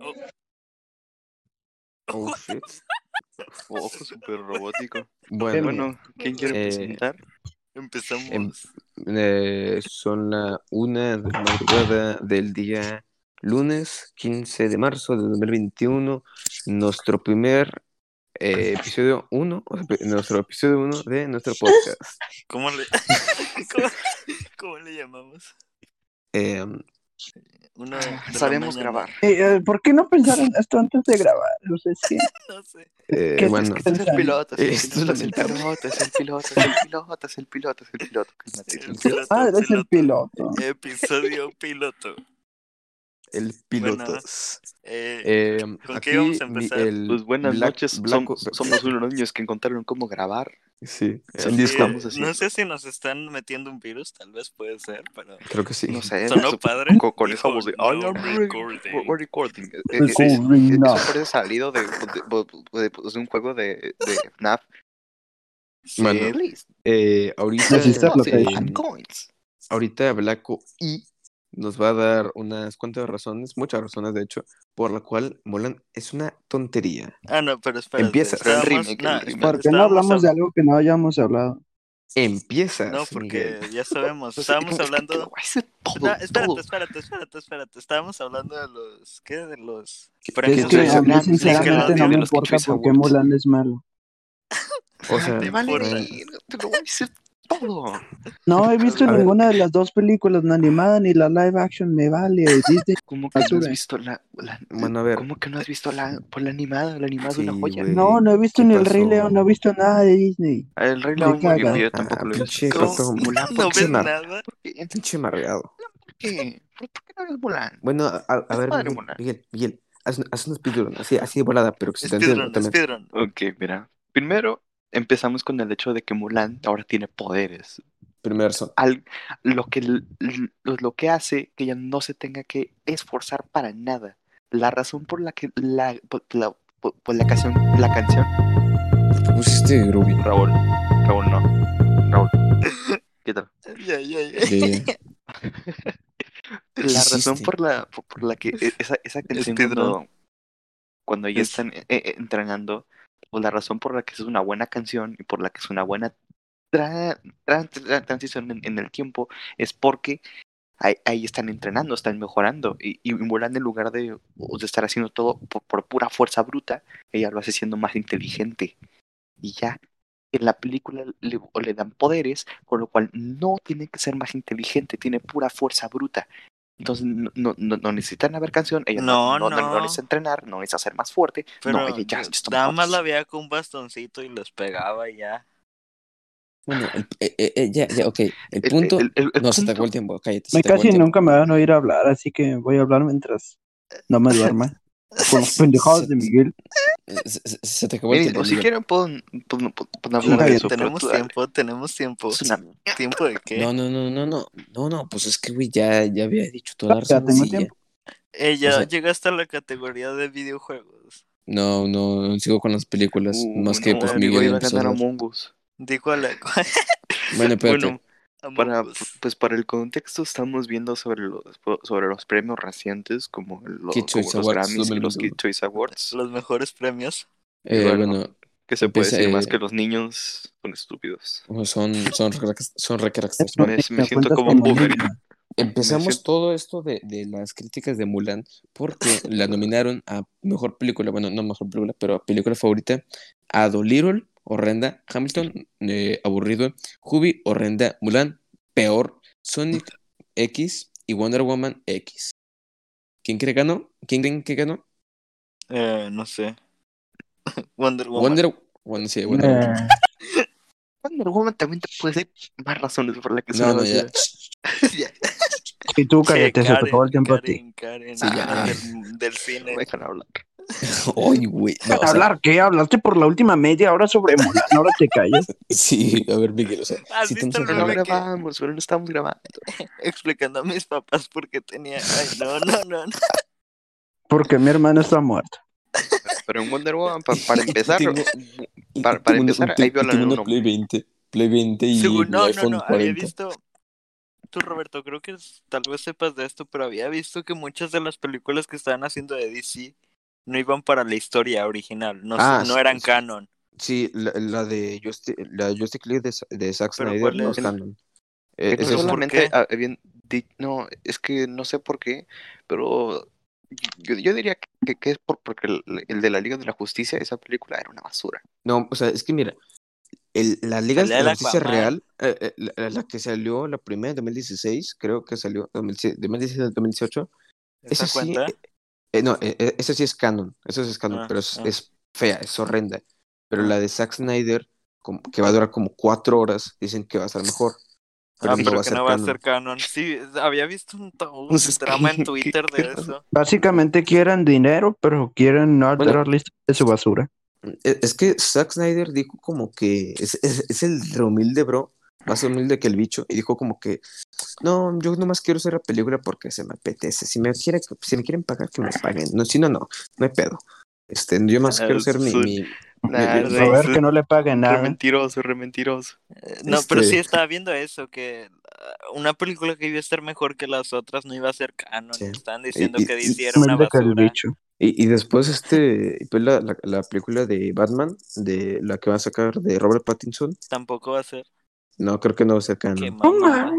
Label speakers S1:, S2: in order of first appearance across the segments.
S1: Oh,
S2: Oh, shit.
S3: Ojo, súper robótico.
S2: Bueno,
S3: Bueno, ¿quién quiere
S2: Eh,
S3: presentar? Empezamos.
S2: em- eh, son la una de la madrugada del día lunes 15 de marzo de 2021. Nuestro primer
S3: Pues,
S2: eh, episodio 1, nuestro episodio 1 de nuestro podcast.
S3: ¿Cómo le, ¿Cómo, cómo le llamamos?
S2: Eh,
S3: Una de la
S1: Sabemos
S3: mañana.
S1: grabar.
S4: Eh, eh, ¿Por qué no pensaron esto antes de grabar? No sé si.
S3: No sé.
S2: eh,
S4: ¿Qué-
S2: bueno,
S4: qué
S3: Es el
S4: tendrán?
S3: piloto, es
S2: Esto es
S3: el piloto, es el
S2: lamentable.
S3: piloto, es el piloto, es el piloto, es el piloto, es el piloto. Cálmate, es el piloto,
S4: Ah, eres el piloto.
S3: Episodio piloto.
S2: el piloto.
S3: Bueno, Eh,
S2: Eh,
S3: ¿Con qué
S2: aquí
S3: vamos a
S2: mi-
S3: empezar?
S2: el
S3: Pues
S2: Black- Blanco-
S3: som- somos unos niños que encontraron cómo grabar.
S2: Sí,
S3: Así
S2: en
S3: que,
S2: Discord.
S3: estamos haciendo. No sé si nos están metiendo un virus, tal vez puede ser, pero
S2: Creo que sí.
S3: no sé.
S1: Sonó
S3: eso- con-
S1: padre.
S3: Con, esa
S1: Dijo,
S3: voz de
S1: "No,
S3: "I am re-
S1: recording".
S3: we're- we're recording". Eh, eh,
S4: Pues,
S3: eh,
S4: oh, no.
S3: Eso parece salido de, de- de- de un juego de, de FNAF. Sí,
S2: Bueno,
S3: please.
S2: Eh, ahorita,
S4: Nos está
S2: eh,
S4: bloqueando.
S3: And coins.
S2: ahorita Blanco y nos va a dar unas cuantas razones, muchas razones de hecho, por la cual Mulan es una tontería.
S3: Ah, no, pero espera.
S2: Empieza.
S3: Estábamos,
S2: El
S3: remake,
S2: remake,
S3: no,
S2: el remake.
S3: espera,
S4: ¿Por qué no
S3: estábamos
S4: hablamos de
S3: hab-
S4: algo que no hayamos hablado?
S2: Empiezas,
S3: No, porque
S2: Miguel.
S3: ya sabemos. Pues Estábamos hablando. No, espérate, espérate, espérate, espérate. Estábamos hablando de los. ¿Qué? De los.
S4: Es
S3: premios
S4: que
S3: de-
S4: a mí,
S3: de-
S4: sinceramente,
S3: de-
S4: no me
S3: de los que
S4: importa
S3: Choice
S4: por qué
S3: Awards.
S4: Mulan es malo.
S2: O sea,
S3: Te vale
S2: bueno,
S3: verga, te lo voy a decir todo.
S4: No he visto
S2: A ver.
S4: ninguna de las dos películas, ni animada ni la live action, me vale. Disney.
S3: ¿Cómo que no has
S4: Basura.
S3: visto la, la-
S2: Bueno, a ver.
S3: ¿Cómo que no has visto la, por la animada? La animada es una
S2: Sí,
S3: joya.
S2: güey.
S4: No, no he visto
S2: ¿Qué
S4: ni el
S2: pasó?
S4: Rey León, no he visto nada de Disney.
S3: El Rey
S4: Me
S3: León muy bien,
S4: caga.
S3: yo tampoco
S2: Ah,
S3: lo he visto.
S2: pinche
S3: ¿Cómo?
S2: vato.
S3: Mulan,
S2: No
S3: ¿por qué?
S2: ves nada.
S3: ¿Por qué?
S2: pinche amargado.
S3: ¿Por qué? ¿Por por qué no ves Mulan?
S2: Bueno, a, a- a ver,
S3: Madre
S2: Miguel,
S3: Mulan.
S2: Miguel, Miguel, haz, un- haz un speedrun, así, así de volada, pero que se te entienda
S3: Speedrun,
S2: también.
S3: speedrun.
S1: Ok, mira.
S3: Primero, empezamos con el hecho de que Mulan ahora tiene poderes.
S2: Primera razón.
S3: Al- lo, que, l- l- lo que hace que ella no se tenga que esforzar para nada. La razón por la que la, por, la, por- por la canción, la canción.
S2: Pusiste Groovy.
S3: Raúl, Raúl no. Raúl.
S1: ¿Qué tal?
S3: Ya, ya, ya.
S2: Sí,
S3: La
S2: sí,
S3: razón
S2: sí.
S3: por la, por, por la que e- esa, esa canción
S1: Speedrun.
S3: cuando, cuando ya
S2: Es-
S3: están eh, eh, entrenando, o la razón por la que es una buena canción y por la que es una buena tra- tra- tra- transición en, en el tiempo, es porque ahí, ahí están entrenando, están mejorando y, y Mulan en lugar de, pues, de estar haciendo todo por, por pura fuerza bruta, ella lo hace siendo más inteligente. Y ya en la película le, le dan poderes, con lo cual no tiene que ser más inteligente, tiene pura fuerza bruta. Entonces no, no, no- no necesitan haber canción, ella no,
S1: No,
S3: no, no, no
S1: no.
S3: necesita entrenar, no necesita ser más fuerte.
S1: Pero
S3: no, ella ya, ya está
S1: nada
S3: más-
S1: más la veía con un bastoncito y los pegaba y ya.
S2: Bueno, el- eh, eh, eh, ya, ya, ok. El
S3: El-
S2: punto.
S3: el- el- el
S2: no, se te
S3: punto-
S2: acabó el tiempo, cállate. se
S4: Me
S2: te acabó el
S4: casi
S2: tiempo.
S4: nunca me van a oír hablar, así que voy a hablar mientras no me duerma. Con los pendejados de Miguel.
S2: Eh, Se, se- se te acabó el
S3: Miren,
S2: tiempo.
S3: o si
S2: Miguel.
S3: quieren pueden, pueden- pueden
S4: Sí,
S3: hablar de
S4: bien,
S3: eso, pero
S1: tenemos
S3: tú ah, dale.
S1: tiempo, tenemos tiempo.
S3: Es una-
S1: ¿Tiempo de qué?
S2: No, no, no, no, no, no, no, pues es que, güey, ya, ya había dicho toda la
S4: Ya
S2: razón.
S4: tengo
S2: sí, ya.
S4: tiempo.
S1: Ella
S2: O sea-
S1: Eh, llega hasta la categoría de videojuegos.
S2: No, no, sigo con las películas,
S3: Uh,
S2: más que
S3: no,
S2: pues
S3: digo,
S2: Miguel
S3: iba a
S2: empezó a
S3: ganar
S2: hablar.
S3: Among Us.
S1: Dijo a la.
S2: Bueno, espérate,
S3: Bueno,
S1: Among
S3: para,
S1: Us.
S3: pues para el contexto estamos viendo sobre los, sobre los premios recientes como, lo-
S2: Kids'
S3: como
S2: Choice
S3: los
S2: Awards,
S3: Grammys y los
S2: 2021.
S3: Kids Choice Awards,
S1: Los mejores premios.
S2: eh,
S3: bueno.
S2: bueno,
S3: que se puede
S2: Empieza,
S3: decir más
S2: eh,
S3: que los niños son estúpidos.
S2: pues, son, son, recracks- son recracks.
S4: Esto
S3: me
S4: te
S3: siento
S4: cuentas
S3: como
S4: como
S3: Uber.
S4: niño.
S2: Empezamos
S3: siento-
S2: todo esto de, de las críticas de Mulan porque la nominaron a mejor película, bueno, no mejor película, pero a película favorita, a Dolittle, horrenda, Hamilton, eh, aburrido, Hubby, horrenda, Mulan, peor, Sonic X y Wonder Woman X. ¿Quién cree que ganó? ¿Quién creen que ganó?
S1: Eh, no sé. Wonder Woman.
S2: Wonder bueno, sí, Wonder Woman.
S4: Eh,
S3: Wonder Woman también te puede decir más razones por las que se
S2: No, no,
S3: lo
S2: ya.
S3: hace.
S4: Y tú,
S1: Che,
S4: cállate, se te acabó el tiempo a ti.
S1: Karen, Karen,
S2: Sí, ya.
S1: Karen del, del cine.
S3: No me dejan hablar.
S2: Ay, güey. No, o sea,
S4: ¿Hablar qué? Hablaste por la última media hora sobre Mulan, ahora te callas.
S2: sí, a ver, Miguel, o sea,
S1: ¿Has
S2: si
S1: visto
S2: estamos
S1: el
S3: No
S2: hablando-
S1: meme que-
S3: grabamos, pero no estamos grabando.
S1: explicando a mis papás por qué tenía. Ay, no, no, no. no.
S4: Porque mi hermano está muerto.
S3: Pero en Wonder Woman, pa- para empezar, eh,
S2: Tengo-
S3: para- para
S2: tengo
S3: empezar,
S2: un-
S3: ahí violan
S2: tengo
S3: a un
S2: una
S3: hombre.
S2: Play 20, Play 20 y
S1: Según,
S2: un
S1: no, no,
S2: iPhone
S1: no. Había
S2: 40.
S1: visto. tú, Roberto, creo que s- tal vez sepas de esto, pero había visto que muchas de las películas que estaban haciendo de DC no iban para la historia original, no,
S2: Ah,
S1: se- no
S2: sí,
S1: eran
S2: sí.
S1: canon.
S2: Sí, la, la de Justi- la Justice League de, Sa- de Zack
S1: Pero
S2: Snyder
S1: ¿cuál
S2: no
S1: es?
S2: es canon. Eh, es
S3: Es
S1: no
S2: eso.
S1: la-
S3: solamente
S1: qué?
S3: habían di- no, es que no sé por qué, pero yo, yo diría que, que es por, porque el, el de la Liga de la Justicia, esa película era una basura.
S2: No, o sea, es que mira, el- la Liga
S1: Salía
S2: de
S1: el
S2: la Justicia
S1: Aquaman.
S2: Real, eh, eh, la, la que salió la primera en 2016, creo que salió 2016 2017-2018,
S1: ¿Te
S2: esa
S1: das
S2: sí,
S1: cuenta?
S2: eh, eh, no, eh, eh, esa sí es canon, eso sí es canon,
S1: Ah,
S2: pero es,
S1: ah.
S2: es fea, es horrenda. Pero
S1: Ah.
S2: la de Zack Snyder, como- que va a durar como cuatro horas, dicen que va a estar mejor. Pero
S1: ah,
S2: no
S1: pero
S2: va a
S1: que
S2: ser
S1: no va
S2: canon.
S1: a ser canon. Sí, había visto un, to- un
S2: Pues es que-
S1: drama en
S2: que-
S1: Twitter
S2: que-
S1: de eso.
S4: Básicamente quieren dinero, pero quieren no alterar la historia de su basura.
S2: E- Es que Zack Snyder dijo como que es, es, es el rehumilde, bro, más humilde que el bicho, y dijo como que no, yo nomás quiero hacer la película porque se me apetece. Si me, quiere, si me quieren pagar, que me paguen. No, si no, no, no hay pedo. Este, yo más
S3: Ah,
S2: quiero ser mi,
S3: su-
S2: mi-
S3: Nah,
S2: mi-
S3: Sí,
S4: A ver
S3: sí.
S4: que no le paguen
S3: Re
S4: nada.
S3: mentiroso, re mentiroso.
S1: Eh, No, pero sí
S2: Este-
S1: estaba viendo eso, que ah, una película que iba a estar mejor que las otras no iba a ser canon.
S2: Sí.
S1: Estaban diciendo
S2: y-
S1: que
S2: y-
S1: DC era una
S4: Humilde que el
S1: basura.
S4: bicho.
S2: Y, y después este, y pues la, la, la película de Batman, de la que va a sacar de Robert Pattinson,
S1: Tampoco va a ser.
S2: no, creo que no va a ser
S1: Qué
S2: canon.
S1: mamada.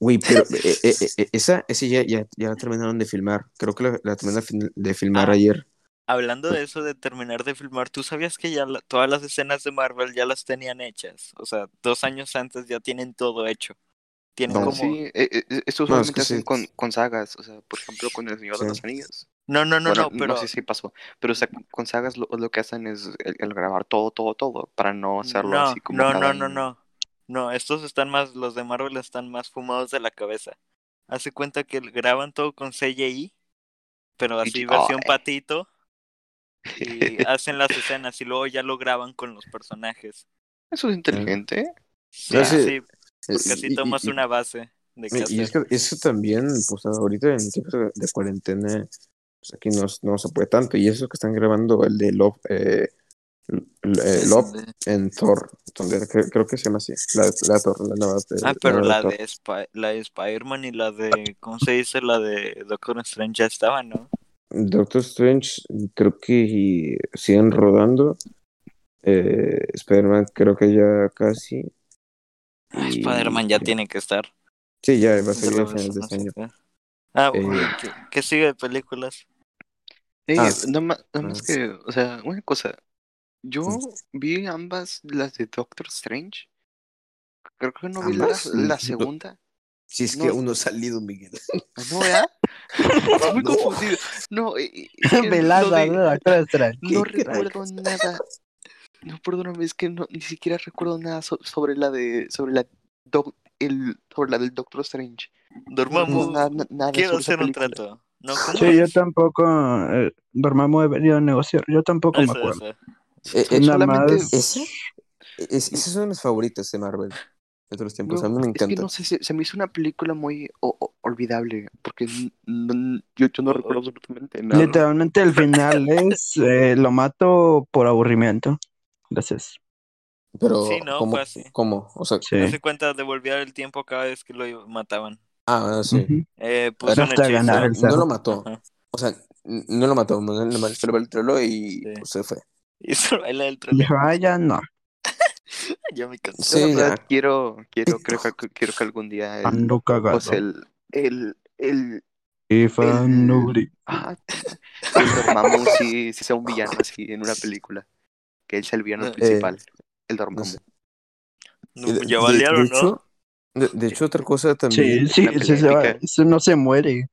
S2: Uy, pero eh, eh, eh, esa, esa ya, ya, ya la terminaron de filmar. Creo que la, la terminaron de fil- de filmar
S1: Ah.
S2: ayer.
S1: Hablando de eso de terminar de filmar, ¿tú sabías que ya la- todas las escenas de Marvel ya las tenían hechas? O sea, dos años antes ya tienen todo hecho. Tienen
S2: No.
S1: como...
S3: Sí, eh, eh, eh, esto
S2: No, es
S3: usualmente
S2: que sí.
S3: hacen con, con sagas, o sea, por ejemplo, con El Señor
S2: Sí.
S3: de los Anillos.
S1: No, no, no,
S3: Bueno,
S1: no, pero...
S3: sé si pasó, pero o sea, con sagas lo, lo que hacen es el, el grabar todo, todo, todo, para no hacerlo
S1: No,
S3: así como
S1: no, no,
S3: nada
S1: no,
S3: en-
S1: no. No, estos están más, los de Marvel están más fumados de la cabeza. Hace cuenta que graban todo con CGI, pero así
S3: Ay.
S1: versión patito, y hacen las escenas y luego ya lo graban con los personajes.
S3: Eso es inteligente. ¿eh?
S1: Sí,
S2: Ya sé,
S1: sí, porque
S2: Y-
S1: así
S2: y-
S1: pues, tomas
S2: y-
S1: una base de qué
S2: Y es
S1: hacer.
S2: que eso también, pues ahorita en tiempos de- de cuarentena, pues aquí no, no se puede tanto. Y eso que están grabando el de Love, eh, L- eh, Love en Thor, donde creo, creo que se llama así, la, la Thor, la nueva de-
S1: Ah, pero
S2: nueva
S1: la
S2: Thor.
S1: de, Spi- la de Spider-Man y la de, ¿cómo se dice? La de Doctor Strange ya estaban, ¿no?
S2: Doctor Strange, creo que siguen rodando. Eh, Spider-Man, creo que ya casi.
S1: Ah,
S2: Y-
S1: Spider-Man ya tiene que estar.
S2: Sí, ya va a salir
S1: Pero
S2: a finales de
S1: no
S2: este
S1: sé
S2: año.
S1: qué. Ah,
S2: Eh,
S1: ¿qué, qué sigue de películas?
S3: Eh,
S2: Ah.
S3: nada más, nada más
S2: Ah.
S3: que, o sea, una cosa, yo
S2: Mm.
S3: vi ambas las de Doctor Strange. Creo que no vi la,
S2: ¿Ambas?
S3: la
S2: No.
S3: segunda.
S2: Si es
S3: no.
S2: que aún no ha salido, Miguel.
S3: Ah, No, ¿verdad? Estoy muy
S2: No.
S3: confundido. No, eh, eh, es que lo
S4: Velada,
S3: de-
S4: ¿no? Doctor Strange.
S3: No
S2: ¿Qué crack?
S3: recuerdo nada. No, perdóname, es que no, ni siquiera recuerdo nada so- sobre la de. sobre la doc- el, sobre la del Doctor Strange. No
S1: Dormammu,
S3: recuerdo nada, na- nada
S1: quiero
S3: sobre esa
S1: hacer un
S3: película.
S1: trato. No, ¿cómo
S4: Sí,
S1: es?
S4: yo tampoco. eh, Dormammu he venido a negociar. Yo tampoco me
S1: Eso,
S4: acuerdo.
S1: eso.
S2: Eh, eh,
S4: Nada
S3: solamente-
S4: más.
S2: ¿Ese? Es, esa es una de mis favoritas de Marvel de todos los tiempos.
S3: No,
S2: a mí me
S3: es que
S2: encanta.
S3: no sé, se, se me hizo una película muy o- o- olvidable, porque n- n- yo, yo
S1: Oh,
S3: no recuerdo absolutamente nada.
S4: Literalmente el final es eh, lo mato por aburrimiento. Gracias.
S2: Pero,
S1: Sí, no,
S2: ¿cómo,
S1: fue así.
S2: ¿cómo? O sea,
S4: Sí.
S1: Hace cuenta devolvía el tiempo cada vez que lo iba- mataban.
S2: ah, sí.
S4: Ujú. Ah,
S1: Eh, puso
S2: Era
S1: un
S4: hasta
S1: hechizo.
S4: ganar el
S2: No
S4: cerdo.
S2: lo mató.
S1: Ajá.
S2: O sea, n- no lo mató. No le mató el trolo y
S1: Sí.
S2: pues, se fue.
S1: Hizo el baile del trolo.
S4: Dijo, ah, ya no.
S1: Ya me cansé.
S3: Yo, la
S2: Sí,
S3: verdad,
S2: ya.
S3: quiero, quiero, creo que, quiero que algún día el,
S4: Ando cagado.
S3: pues el, el, el,
S4: If I'm nobody.
S3: ah, el Dormammu sí, sí sea un villano así en una película, que él sea el villano
S1: Eh,
S3: principal, el
S2: no
S3: Dormammu.
S2: sé.
S1: No,
S2: De-
S1: ya
S2: de-
S1: valieron,
S2: de
S1: ¿no?
S2: hecho, de, de hecho, otra cosa
S4: Sí,
S2: también.
S4: sí,
S3: una
S4: se, se va-
S3: película.
S4: se no se muere.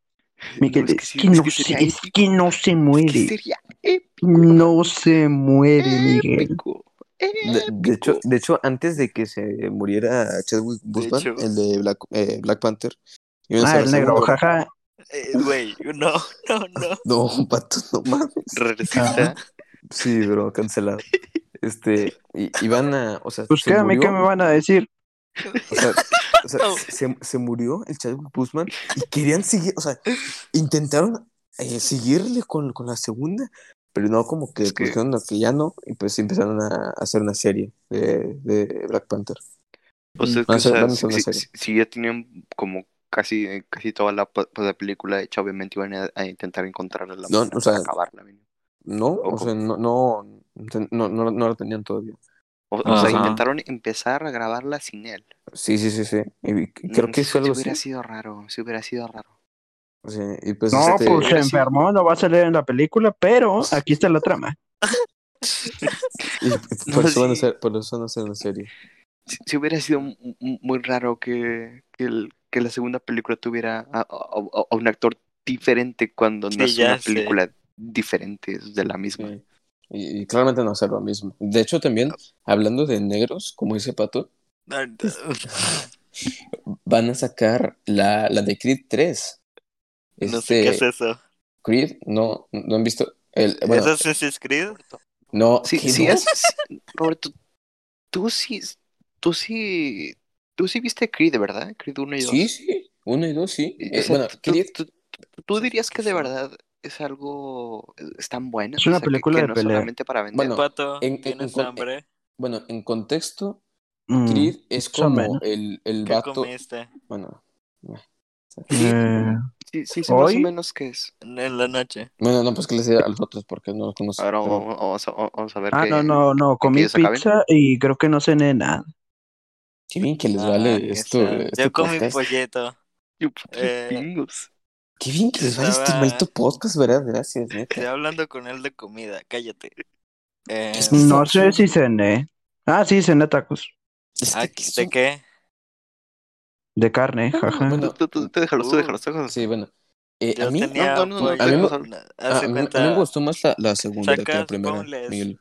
S4: Miguel,
S3: No, es que
S4: es
S3: sí,
S4: que
S3: es
S4: no
S3: que
S4: se,
S3: sería
S4: es
S3: épico.
S4: que no se
S3: Es que
S4: muere.
S3: sería épico,
S4: No se muere, Miguel.
S3: épico,
S2: De, de hecho,
S3: épico.
S2: de hecho, antes de que se muriera Chadwick Boseman,
S1: hecho.
S2: el de Black, eh, Black Panther. iban a
S4: Ah,
S2: hacer
S4: el
S2: la
S4: negro,
S2: segunda-
S4: jaja.
S1: Eh, Güey, no, no, no.
S2: No, pato, no mames. Ah.
S3: Regresita.
S2: Sí, bro, cancelado. Este, y, y van a, o sea,
S4: Pues
S2: se
S4: qué, a mí qué
S2: murió,
S4: me van a decir.
S2: o sea, o sea,
S1: No.
S2: se, se murió el Chadwick Boseman y querían seguir, o sea, intentaron eh, seguirle con, con la segunda, pero no, como que
S3: Es que-
S2: pues, dijeron "No, que ya no, y pues empezaron a hacer una serie de, de Black Panther.
S3: O sea,
S2: Van a
S3: que,
S2: ser-
S3: o sea,
S2: van a ser una
S3: si,
S2: serie.
S3: si- si ya tenían como casi, casi toda la, pa- pa- la película hecha, obviamente iban a, a intentar encontrar la
S2: No,
S3: manera
S2: o sea-
S3: para acabarla. ¿no?
S2: No, o
S3: Ojo.
S2: sea, no, no, no, no, no la tenían todavía.
S3: O, o sea,
S1: Ajá.
S3: intentaron empezar a grabarla sin él.
S2: Sí, sí, sí, sí. Y creo
S3: Mm,
S2: que fue
S3: si- si
S2: algo así.
S3: hubiera sido raro, si hubiera sido raro.
S2: Sí, y pues
S4: No,
S2: este,
S4: pues se
S3: hubiera sido-
S4: enfermó, no va a salir en la película, pero aquí está la trama.
S2: y pues, por,
S3: No,
S2: eso van a
S3: sí.
S2: ser, por eso van a ser una serie.
S3: Si, si hubiera sido mu- mu- muy raro que, que, el- que la segunda película tuviera a, a- a- a un actor diferente cuando
S1: Sí,
S3: no es
S1: ya
S3: una
S1: sé.
S3: película diferente es de la misma.
S2: Sí. Y, y claramente no va a ser lo mismo. De hecho, también, hablando de negros, como dice Pato, van a sacar la, la de Creed 3.
S1: No sé qué es
S2: Este,
S1: eso.
S2: Creed, no, no han visto. El, bueno,
S1: ¿Es Assassin's Creed?
S2: no,
S3: Sí,
S2: ¿qué
S3: sí,
S2: no?
S3: es, sí, Roberto, tú sí, tú sí, tú sí viste Creed, ¿verdad? Creed 1 y 2.
S2: Sí, sí, uno y dos, sí.
S3: O
S2: Eh,
S3: sea,
S2: bueno,
S3: tú-
S2: Creed,
S3: tú, tú- tú dirías que de
S2: Sí.
S3: verdad es algo, es tan buena,
S4: Es una
S3: o sea, que-
S4: película
S3: que,
S4: de
S3: no
S4: pelea.
S3: solamente para vender.
S2: Bueno,
S1: Pato,
S2: en- en-
S1: ¿tienes
S2: en-
S1: hambre?
S2: bueno, en contexto,
S4: Mm,
S2: Creed es
S4: más o
S2: como
S4: menos.
S2: el, el
S1: ¿Qué
S2: vato.
S1: comiste
S2: Bueno, eh.
S3: Creed,
S4: eh,
S3: sí, sí, sé más
S4: ¿hoy?
S3: o menos qué es.
S1: en la noche?
S2: bueno, no, pues que les diga a los otros porque no los conozco.
S3: Ahora
S2: pero-
S3: vamos, vamos a, vamos a ver
S4: ah,
S3: qué-
S4: no, no, no, comí
S3: ellos acaben.
S4: pizza y creo que no cené nada.
S2: Qué bien que les
S1: Ah,
S2: vale
S1: qué
S2: esto,
S1: sad.
S2: este
S1: Yo comí pues.
S2: podcast.
S1: polleto.
S3: Yo,
S1: Eh,
S3: chingos.
S2: Qué bien que les vale este
S1: Estaba-
S2: maldito podcast, ¿verdad? Gracias,
S1: Estoy
S2: neta.
S1: hablando con él de comida, cállate. Eh,
S2: ¿Qué es un-
S4: No
S2: Exacto.
S4: sé si cené. Ah, sí, cené tacos
S2: Este
S1: ah,
S2: que es
S1: ¿De
S2: un-
S1: qué?
S4: de carne, jaja.
S2: Bueno,
S3: Tú, tú, tú, tú déjalos, tú
S1: Uh,
S3: déjalos, déjalos.
S2: Sí, bueno. Eh,
S1: Yo
S2: a mí,
S1: tenía
S3: no, no, no,
S1: pollo-
S2: a mí me-
S1: no,
S2: a,
S1: hace
S2: a mí,
S1: cuenta,
S2: a mí me gustó más la, la segunda que la
S1: sacas
S2: primera,
S1: boneless.
S2: Miguel.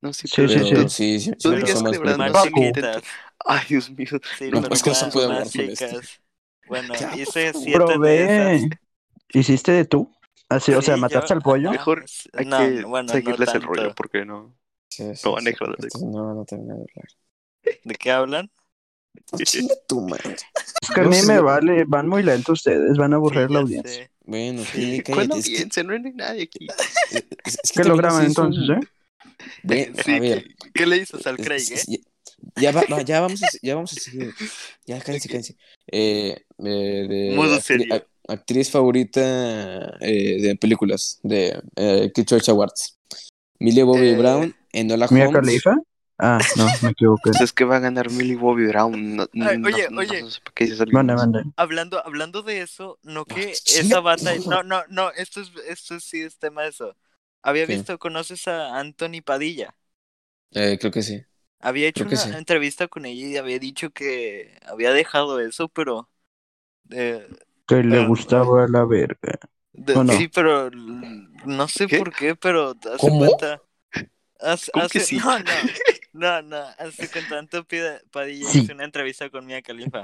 S3: No, sí,
S4: Sí,
S3: pero-
S2: Pero
S3: pero-
S2: sí, sí, sí,
S3: tú
S2: me
S3: dirías
S2: gustó
S3: que
S2: más.
S3: de verdad
S1: más
S3: no
S4: Paco.
S1: chiquitas.
S3: Ay, Dios mío.
S1: Sí,
S2: No,
S1: pero
S2: es que no se
S1: más,
S2: puede hablar
S1: más
S2: con esto.
S1: chicas. Bueno,
S2: Ya, por
S1: hice
S2: favor.
S1: siete de
S4: Probé.
S1: esas.
S4: ¿Hiciste de tú? Así, o
S1: Sí,
S4: sea,
S1: yo-
S4: ¿mataste al pollo?
S1: ajá,
S3: Mejor
S1: sí,
S3: Hay
S1: no,
S3: que
S1: bueno, no
S3: seguirles el
S1: tanto.
S3: rollo porque no.
S2: Sí, sí,
S3: No van a
S2: sí.
S3: dejar de hablar.
S2: Esto No van a terminar de hablar.
S1: ¿De qué hablan?
S2: Chinga tu madre.
S4: Es que a
S2: No
S4: mí
S2: sé.
S4: me vale, van muy lento ustedes, van a aburrir
S1: Sí,
S4: la
S1: ya
S4: audiencia.
S1: sé.
S2: Bueno,
S1: Sí.
S2: Fede,
S3: ¿Cuál
S2: cállate. Es que,
S3: audiencia? No hay nadie aquí.
S2: es- es que
S4: Que lo
S2: también
S4: graban
S2: es un-
S4: entonces, ¿eh?
S2: Ve-
S3: Sí,
S2: a ver.
S3: ¿qué, qué le dices al
S2: Es-
S3: Craig, eh?
S2: es- ya- Ya, va- va- ya vamos a, ya vamos a seguir. Ya, cállense,
S3: Ok.
S2: cállense. Eh, eh, de
S1: Modo
S2: actri-
S1: serio.
S2: a- actriz favorita eh, de películas de eh, Kid Choice Awards. Millie Bobby
S1: Eh,
S2: Brown, Enola
S4: Mía
S2: Holmes.
S4: Califa. Ah, no, me equivoqué.
S3: Pues es que va a ganar Millie Bobby Brown. No,
S1: Ay,
S3: no-
S1: oye,
S3: no-
S1: oye.
S3: no sé por qué dices algo
S4: Vale,
S3: más.
S4: vale.
S1: Hablando, hablando de eso, no que
S2: chinga
S1: esa
S2: tu
S1: bata.
S2: madre.
S1: No, no, no, esto es, esto sí es tema de eso. Había
S2: ¿Qué?
S1: visto, conoces a Anthony Padilla.
S2: Eh, creo que sí.
S1: Había hecho
S2: Creo que
S1: una
S2: sí.
S1: entrevista con ella y había dicho que había dejado eso, pero. eh,
S4: Que le
S1: Pero-
S4: gustaba la verga.
S1: de-
S4: ¿O no?
S1: Sí, pero. l- No sé
S3: ¿Qué?
S1: por qué, pero. Hace
S2: ¿Cómo?
S1: cuenta. Hace,
S3: ¿Cómo que
S1: hace-
S3: sí?
S1: No, no. No, no. Hace cuenta, Anthony Pida- Padilla
S4: Sí.
S1: hizo una entrevista con Mia Khalifa.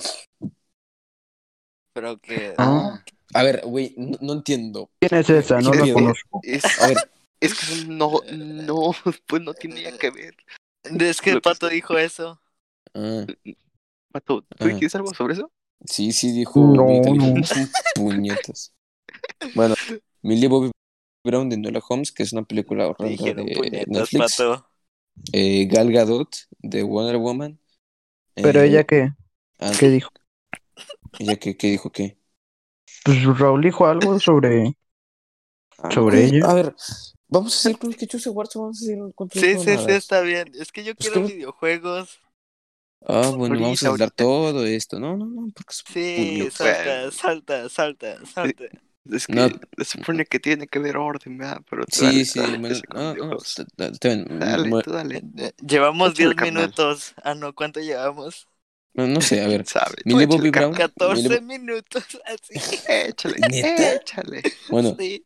S1: Pero que.
S3: Ah,
S2: A ver, güey, no, no entiendo.
S4: ¿Quién es esa? No la
S2: Miedo.
S4: conozco.
S3: es,
S2: A ver,
S3: es que eso no, no, pues no tiene nada que ver.
S1: Es que
S3: Lo que-
S1: Pato dijo eso.
S2: ah,
S3: Pato,
S2: Ah.
S3: ¿tú dijiste algo sobre eso?
S2: sí, sí, dijo.
S4: No,
S2: Mia Khalifa.
S4: no.
S2: Son puñetas. Bueno, Millie Bobby Brown de Enola Holmes, que es una película
S1: Te
S2: horrenda
S1: dijeron
S2: de
S1: puñetas,
S2: Netflix.
S1: Pato.
S2: eh, Gal Gadot de Wonder Woman.
S4: Pero
S2: eh,
S4: ella qué,
S2: ah,
S4: qué dijo.
S2: ella que, que dijo que.
S4: Pues Raúl dijo algo sobre. Sobre
S2: Güey,
S4: ella.
S2: Ah, pues, A ver, vamos a seguir con los que Choose Awards, vamos a seguir con tus
S1: Sí, sí, sí,
S2: mamadas.
S1: está bien. Es que yo quiero
S2: que-
S1: videojuegos.
S2: Ah, bueno,
S3: Ahorita,
S2: vamos a hablar
S3: ahorita.
S2: todo esto. No, no, no, porque es
S1: Sí,
S2: puñetas.
S1: salta, salta, salta, salta.
S3: Es que
S2: No.
S3: se supone que tiene que ver orden, ¿verdad? Pero tú dale,
S2: Sí,
S3: tú
S2: sí,
S3: dale,
S2: bueno,
S3: empieza con
S2: no, no,
S3: videojuegos.
S2: está- mm, está- está bien,
S3: Dale,
S2: mu-
S3: tú dale.
S1: Eh, Llevamos
S3: Échale,
S1: 10
S3: carnal.
S1: minutos. Ah, no, ¿cuánto llevamos?
S2: no, no sé, a ver.
S3: ¿Sabe? Tú
S2: eh, Millie
S3: échale,
S2: Bobby
S3: carnal.
S2: Brown.
S1: 14
S2: Millie-
S1: minutos, así.
S3: Échale,
S2: ¿Neta?
S3: échale.
S2: bueno,
S1: Sí.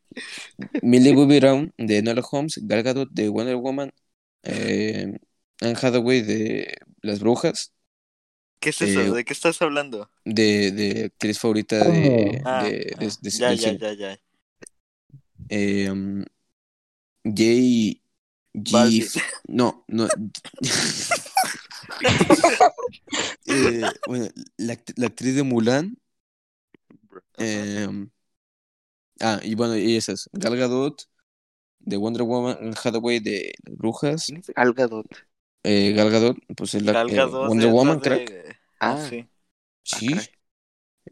S2: Millie Bobby Brown de Enola Holmes, Gal Gadot de Wonder Woman, eh, Anne Hathaway de Las Brujas,
S1: ¿Qué es
S2: Eh,
S1: eso? ¿De qué estás hablando?
S2: de, de actriz favorita
S4: ¿Cómo?
S2: de,
S1: Ah,
S2: de,
S1: ah,
S2: de, de-
S1: ya,
S2: del
S1: ya,
S2: cine.
S1: ya, ya.
S2: Eh, um, Jay. G-
S1: Balvin.
S2: No, no. Eh, bueno, la, act- la actriz de Mulan. eh, um, ah, y bueno, y esas. Gal Gadot, de Wonder Woman, Anne Hathaway, de Las Brujas.
S3: Algadot.
S2: eh, Gal Gadot, pues es la
S1: Gal
S2: eh,
S1: Gadot
S2: Wonder
S1: es la
S2: Woman,
S1: de-
S2: crack.
S1: Ah,
S3: Ah,
S1: sí.
S2: ¿Sí?
S3: caray.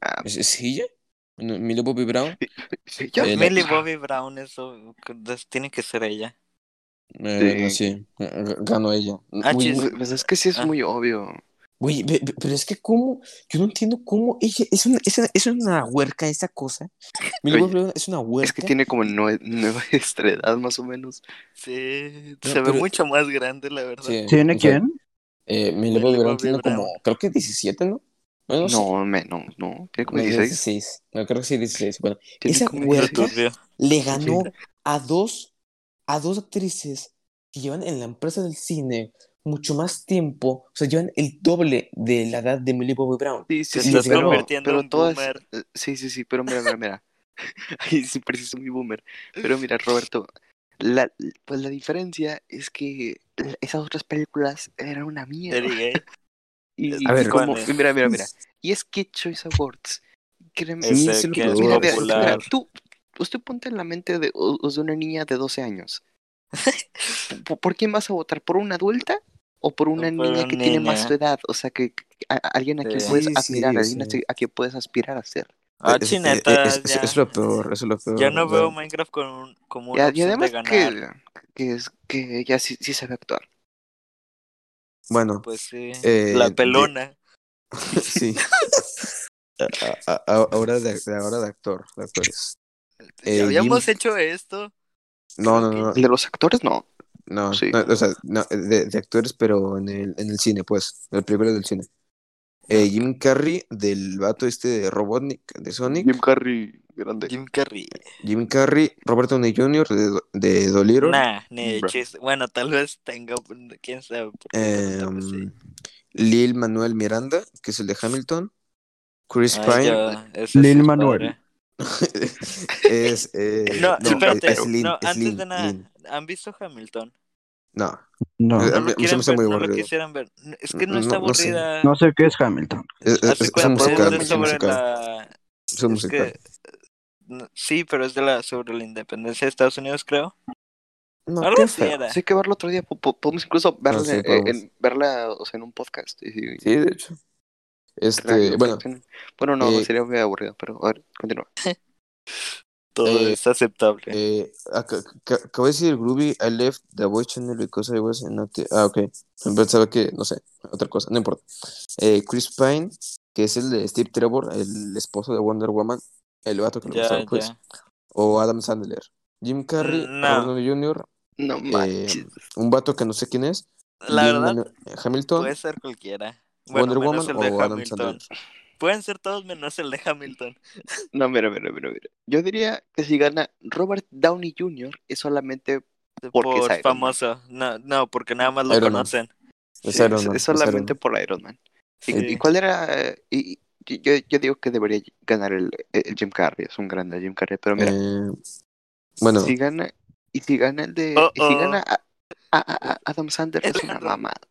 S3: Ah,
S2: ¿Es- ¿Sí ella? Bueno, Millie Bobby Brown.
S3: sí, ya.
S2: Eh, la-
S1: Millie Bobby Brown, eso des- tiene que ser ella.
S2: Eh,
S3: Sí.
S2: No sé, g- ganó ella.
S1: Ah,
S2: Güey,
S1: chis.
S2: no-
S3: Pues es que sí es
S1: Ah.
S3: muy obvio.
S2: Güey, ve- ve- pero es que cómo, yo no entiendo cómo ella, es una, es una, es una huerca esa cosa. Millie
S3: Oye,
S2: Bobby Brown es una huerca.
S3: Pues Es que tiene como nue- nuestra edad más o menos.
S1: Sí,
S2: No,
S1: se ve
S2: pero-
S1: mucho más grande, la verdad.
S2: Sí,
S4: ¿Tiene
S2: o sea,
S4: quién?
S2: Eh, Millie
S1: Millie
S2: Bobby Brown
S1: Bobby
S2: tiene como,
S1: Brown.
S2: creo que 17, ¿no? Bueno, no sé.
S3: No, Pues menos, no. Tiene como
S2: No,
S3: 16.
S2: 16. No, creo que sí, 16. Bueno,
S3: Tiene
S2: esa
S3: como
S1: Pero
S3: 16.
S2: huerca
S1: turbio.
S2: le ganó a dos, a dos actrices que llevan en la empresa del cine mucho más tiempo, o sea, llevan el doble de la edad de Millie Bobby Brown.
S3: Sí,
S1: Te
S3: sí, sí,
S2: estás
S3: pero,
S1: convirtiendo
S3: pero
S1: en
S3: todas-
S1: boomer.
S3: eh, Sí, sí, sí, pero mira, mira, mira. Ay, sí, preciso mi boomer. Pero mira, Roberto, la, pues la diferencia es que esas otras películas eran una mierda.
S1: Sería gay.
S3: Y, y
S2: A ver,
S3: como,
S1: ¿cuál es?
S3: mira, mira, mira. Y es que Choice Awards. Créeme,
S1: Ese
S3: sí,
S4: que
S3: mira,
S4: es
S3: mira, mira,
S1: popular.
S3: tú, usted ponte en la mente de, o- o de una niña de 12 años. ¿Por- ¿Por, por quién vas a votar? ¿Por una adulta o por una
S1: por
S3: niña
S1: una
S3: que tiene más
S1: niña.
S3: su edad? O sea, que, que- a- a alguien a quien
S1: Sí.
S3: puedes
S2: Sí, sí,
S3: admirar,
S2: sí.
S3: alguien a ti- a quien puedes aspirar a ser.
S1: Ah,
S2: Es- es-
S1: chineta,
S2: es, es-
S1: ya.
S2: es lo peor, eso es lo peor.
S1: Ya no veo
S2: más.
S1: Minecraft como, un- como
S3: Y,
S1: una
S3: a- y
S1: opción
S3: además
S1: de ganar.
S3: que, que, es, que ya sí, sí sabe actuar.
S2: Bueno,
S1: Pues sí.
S2: eh,
S1: la
S2: de-
S1: pelona.
S2: sí. A- a- a- ahora, de, de ahora de actor, de actores. eh,
S1: Habíamos
S2: Jim-
S1: hecho esto.
S2: No, no, no,
S3: El de los actores, no.
S2: no,
S3: Sí.
S2: no, o sea, no, de, de actores, pero en el, en el cine, pues, en las películas del cine. Eh, Jim Carrey, del vato este de Robotnik, de Sonic.
S3: Jim Carrey, grande.
S1: Jim Carrey.
S2: Jim Carrey, Robert Downey Jr. de, Do- de Dolittle.
S1: Nah, ni
S3: Bro.
S1: chiste. Bueno, tal vez tenga. Quién sabe.
S2: eh,
S1: Tal vez sí.
S2: Lil Manuel Miranda, que es el de Hamilton. Chris
S1: Ah,
S2: Pine
S1: ya, ese sí
S4: Lin
S1: es
S4: Manuel.
S1: padre.
S2: es. eh,
S1: No, espérate.
S2: es Lin,
S1: no,
S2: es
S1: antes
S2: Lin,
S1: de nada,
S2: Lin.
S1: ¿han visto Hamilton?
S2: No,
S4: No.
S2: Eh,
S1: No
S2: A mí- a mí se
S1: lo
S2: me
S1: quieren
S2: hace
S1: ver,
S2: muy
S1: no lo
S2: aburrido.
S1: quisieran ver. N- Es que no,
S2: No,
S1: está
S2: no sé.
S1: aburrida.
S4: No sé qué es Hamilton.
S2: es, es-
S1: Haz de
S2: es
S1: cuenta,
S2: un musical,
S1: es de
S2: es un
S1: sobre
S2: musical.
S1: la.
S2: Pues, Es un
S1: es
S2: musical.
S1: que- no, Sí, pero es de la sobre la independencia de Estados Unidos, creo.
S2: No,
S1: Algo
S2: qué
S1: así
S2: feo.
S1: era.
S3: Sí, hay que verlo otro día. po- po- Podemos incluso verla,
S2: Ah, sí,
S3: en-
S2: podemos.
S3: en, verla o sea, en un podcast. y- y-
S2: Sí, de hecho.
S3: Claro,
S2: Este,
S3: sí,
S2: bueno,
S3: sí. Bueno, no,
S2: eh,
S3: sería muy aburrido, pero a ver, continúa.
S1: Todo
S2: Eh,
S1: es aceptable.
S2: eh, ac- ac- acabo de decir Groovy, I left the voice channel because I was not. the- Ah, ok. Pensaba que, no sé, otra cosa, no importa. Eh, Chris Pine, que es el de Steve Trevor, el esposo de Wonder Woman, el vato que le
S1: ya,
S2: gustaba,
S1: ya. Mm,
S2: pues. O Adam Sandler. Jim Carrey,
S1: No.
S2: Robert Downey Jr.,
S3: No manches.
S2: un vato que no sé quién es.
S1: La
S2: Lin
S1: verdad, pues,
S2: Manuel- Hamilton,
S1: puede ser cualquiera. Bueno,
S2: Wonder
S1: menos
S2: Woman
S1: el de
S2: o Adam
S1: Hamilton.
S2: Sandler.
S1: Pueden ser todos menos el de Hamilton.
S3: No, mira, mira, mira, mira. Yo diría que si gana Robert Downey Jr. es solamente Porque es
S1: Por
S3: Iron Man.
S1: famoso. No, no, porque nada más lo
S2: Iron Man.
S1: conocen.
S2: Es
S3: sí,
S2: Iron
S3: es-
S2: Man,
S3: es
S2: es Iron
S3: solamente
S2: Man.
S3: por Iron Man. ¿Y,
S1: Sí.
S3: y cuál era? eh, Y, y- yo, yo digo que debería ganar el, el Jim Carrey, es un grande Jim Carrey, pero mira,
S2: Eh, bueno,
S3: si gana, y si gana el de,
S1: Oh,
S3: y si
S1: oh.
S3: gana a, a- a- Adam Sandler es una
S1: Alejandro.
S3: mamada.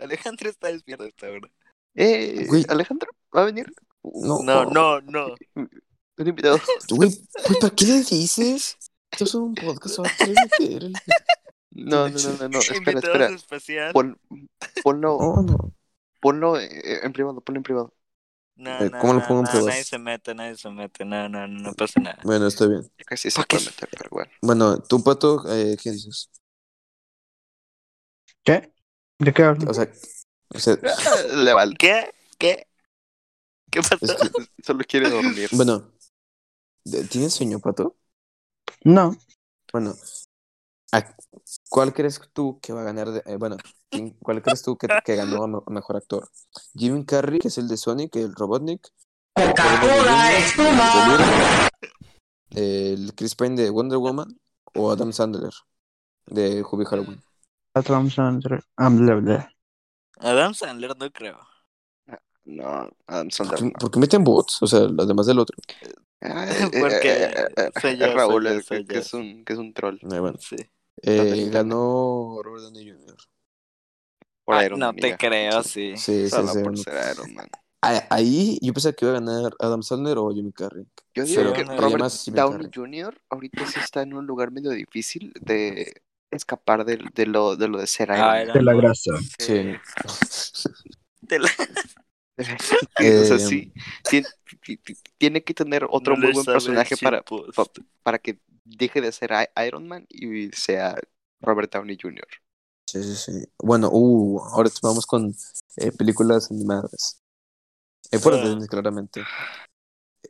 S1: Alejandro está despierto hasta ahora.
S3: Eh,
S2: Güey.
S3: Alejandro, ¿va a venir?
S2: No.
S1: No, no, no.
S3: Un invitado.
S2: güey, güey, ¿para qué le dices? Esto es un podcast, se va a querer meter el-
S3: No, no, no, no, no, espera,
S1: Invitados
S3: espera.
S1: especial.
S3: Pon- ponlo,
S2: No, no.
S3: ponlo eh, en privado, ponlo en privado.
S1: No,
S2: Eh,
S1: no,
S2: ¿cómo lo
S1: no,
S2: pongo en
S1: no,
S2: pruebas?
S1: nadie se mete, nadie se mete. No, no, no, no pasa nada.
S2: Bueno, está bien.
S3: Yo casi se
S1: ¿Pa' qué?
S3: puede meter, pero bueno.
S2: Bueno, tú, Pato, eh, ¿qué dices?
S4: ¿Qué? ¿De qué hablo?
S2: O sea, o sea,
S3: Ah, Le vale,
S1: ¿Qué? ¿Qué? ¿Qué
S2: es
S1: pasó?
S2: que-
S3: solo quiere dormir.
S2: bueno, de- ¿tienes sueño, Pato?
S4: No.
S2: Bueno, ¿a- ¿cuál crees tú que va a ganar? de- eh, bueno, ¿quién- ¿cuál crees tú que, que ganó a me- a mejor actor? Jim Carrey, que es el de Sonic, el Robotnik. Coca-Cola es El Chris Pine de Wonder Woman o Adam Sandler de Hubby Halloween.
S4: Adam Sandler. Am- ah, bla, bla.
S1: Adam Sandler no creo.
S3: No, Adam
S2: ¿Por
S3: Sandler
S2: qué,
S3: no.
S2: por qué meten bots? O sea, además del otro.
S3: Ah,
S1: Porque
S3: eh, eh, eh,
S1: soy yo, soy
S3: Raúl,
S1: yo,
S3: el que-
S1: soy
S3: que,
S1: yo.
S3: es un, que es un troll.
S2: Eh, bueno.
S1: Sí.
S2: Eh,
S3: Entonces,
S2: ganó Robert Downey Jr.
S3: Por
S1: Ah,
S3: Iron
S1: no
S3: Man,
S1: te
S3: ya.
S1: creo,
S3: Sí,
S1: sí.
S2: Sí, sí, sí.
S3: Solo por
S2: ganó.
S3: ser Iron Man.
S2: Ah, Ahí yo pensaba que iba a ganar Adam Sandler o Jimmy Carrey.
S3: Yo
S1: Sí,
S3: digo
S1: yo
S3: que
S1: no-
S3: Robert
S2: además, Jim
S3: Downey
S2: Carrey.
S3: Jr. ahorita sí está en un lugar medio difícil de escapar de, de lo, de lo de ser Iron
S1: Ah,
S3: Man.
S1: Iron
S4: De la
S1: Man.
S4: grasa.
S2: Sí.
S1: Te la-
S3: o sea,
S2: Eh,
S3: sí, tien- ti- ti- tiene que tener otro
S1: No
S3: muy
S1: le
S3: buen
S1: sabe
S3: personaje
S1: decir
S3: para,
S1: post.
S3: pa- para que deje de ser I- Iron Man y sea Robert Downey Jr.
S2: Sí, sí, sí. Bueno, uh, ahora vamos con eh, películas animadas. Eh, fuera de
S1: Ah.
S2: Disney, claramente.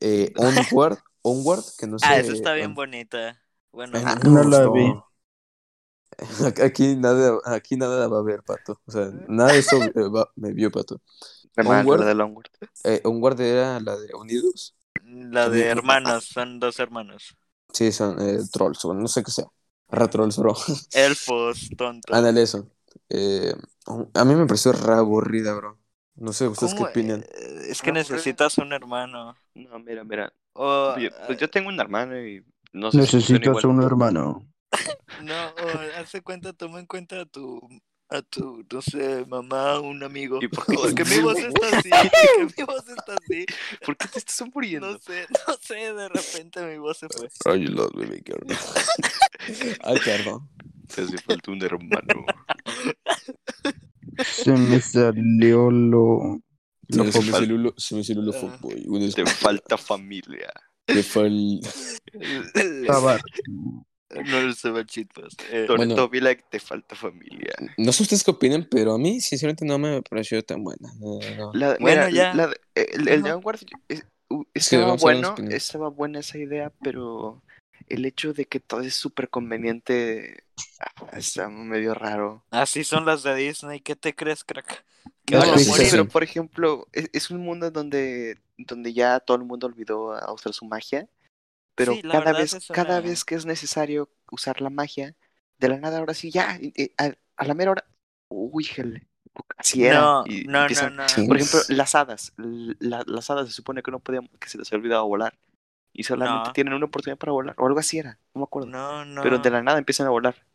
S2: Eh, Onward, Onward, que no sé.
S1: Ah, esa está bien
S2: on-
S1: bonita. Bueno, ah,
S2: Ay,
S4: No
S2: me
S4: la
S2: gustó. Aquí nada, aquí nada va a haber, Pato. O sea, nada de eso eh, va- me vio, Pato.
S3: La mala,
S2: Onward.
S3: la de Longward.
S2: Eh, Onward era la de Unidos.
S1: la de hermanos, son dos hermanos.
S2: Sí, son eh, trolls, o no sé qué sea. Ratrolls, bro.
S1: Elfos, tontos.
S2: Ándale eso. Eh, a mí me pareció re aburrida, bro. No sé ustedes qué
S1: ¿Cómo?
S2: opinan.
S1: Eh, Es que
S3: No,
S1: necesitas un hermano.
S3: No, mira, mira.
S1: O, ah,
S3: Oye, pues yo tengo un hermano y no sé si funciona
S4: Necesitas
S3: igual.
S4: un hermano.
S1: No, o hace cuenta, toma en cuenta a tu, a tu, no sé, mamá, un amigo.
S3: ¿Y por qué,
S1: Porque mi voz está así, porque mi voz está así.
S3: ¿Por qué te estás muriendo?
S1: No sé, no sé, de repente mi voz se fue.
S2: Ay, los baby girl. Ay, perdón.
S3: Te hace falta un hermano.
S4: Se me salió lo. lo
S2: se, me
S4: popular.
S2: celulo, se me celulo
S1: Ah.
S2: fuckboy. Una
S3: Te falta familia.
S2: te fue el-
S4: Estaba-
S1: No se va el chitpas. Eh,
S3: Sobre
S2: Bueno.
S3: todo, Vila, te falta familia.
S2: No sé ustedes qué opinan, pero a mí, sinceramente, no me pareció tan buena. No, no.
S3: La,
S1: Bueno,
S3: mira,
S1: ya.
S3: la de- eh, el, el de
S1: Ajá.
S3: Onward es- u-
S2: Es que
S3: estaba
S2: vamos a ver unas
S3: bueno,
S2: opiniones.
S3: estaba buena esa idea, pero el hecho de que todo es súper conveniente ah, está medio raro.
S1: Así son las de Disney, ¿qué te crees, crack? Que
S2: No,
S1: van a
S2: pues,
S1: morir.
S2: sí.
S3: pero por ejemplo, es, es un mundo donde, donde ya todo el mundo olvidó a usar su magia, pero
S1: Sí, la
S3: cada
S1: verdad
S3: vez,
S1: es
S3: cada
S1: una-
S3: vez que es necesario usar la magia, de la nada ahora sí, ya, eh, eh, a, a la mera hora, uy, jale, así era.
S1: No,
S3: y
S1: no, no,
S3: empiezan-
S1: no.
S2: Sí.
S3: Por ejemplo, las hadas. La- las hadas se supone que no podían, que se les había olvidado volar. Y solamente
S1: No.
S3: tienen una oportunidad para volar. O algo así era, no me acuerdo.
S1: No, no.
S3: Pero de la nada empiezan a volar.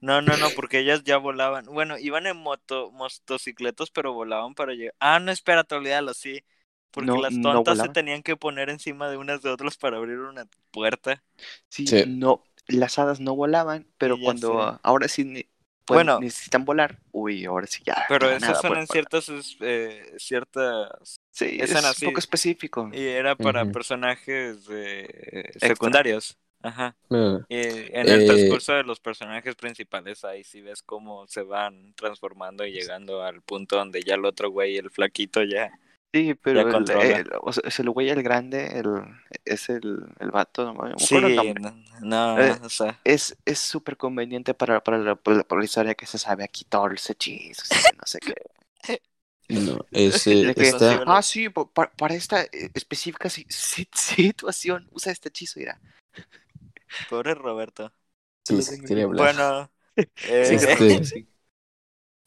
S1: No, no, no, porque ellas ya volaban. Bueno, iban en moto, motocicletas, pero volaban para llegar. Ah, no, espérate, olvídalo, sí. Porque
S3: No,
S1: las
S3: no
S1: tontas se
S3: volaban.
S1: tenían que poner encima de unas de otras para abrir una puerta.
S3: Sí,
S2: Sí.
S3: no, las hadas no volaban, pero
S1: Sí, ya
S3: cuando
S1: sé.
S3: ahora sí ne- pueden-
S1: Bueno.
S3: necesitan volar, uy, ahora sí ya.
S1: Pero
S3: de la
S1: esas
S3: nada pues,
S1: son
S3: pueden
S1: en
S3: volar.
S1: ciertas, es- eh, ciertas.
S3: Sí, es
S1: escenas,
S3: un
S1: sí.
S3: poco específico.
S1: Y era para
S2: Ujú.
S1: personajes eh, secundarios. Ajá.
S2: Eh,
S1: Y en el
S2: Eh,
S1: transcurso de los personajes principales, ahí sí ves cómo se van transformando y llegando al punto donde ya el otro güey, el flaquito, ya.
S3: Sí, pero
S1: Ya
S3: el-
S1: controla.
S3: el- o sea, es el güey el grande, el, es el, el vato, no me acuerdo
S1: Sí,
S3: el nombre.
S1: no, no,
S3: Eh,
S1: o sea.
S3: es es súper conveniente para, para, la, para la- para la historia que se sabe aquí todos los hechizos y que no sé qué.
S2: no, ese,
S3: De que,
S2: está,
S1: Pero-
S3: ah, sí, pa- pa- para, esta eh, específica si- si- situación usa este hechizo, irá.
S1: Pobre Roberto.
S2: sí, sí, quería hablar.
S1: Bueno, eh,
S2: Sí,
S1: eh,
S2: este,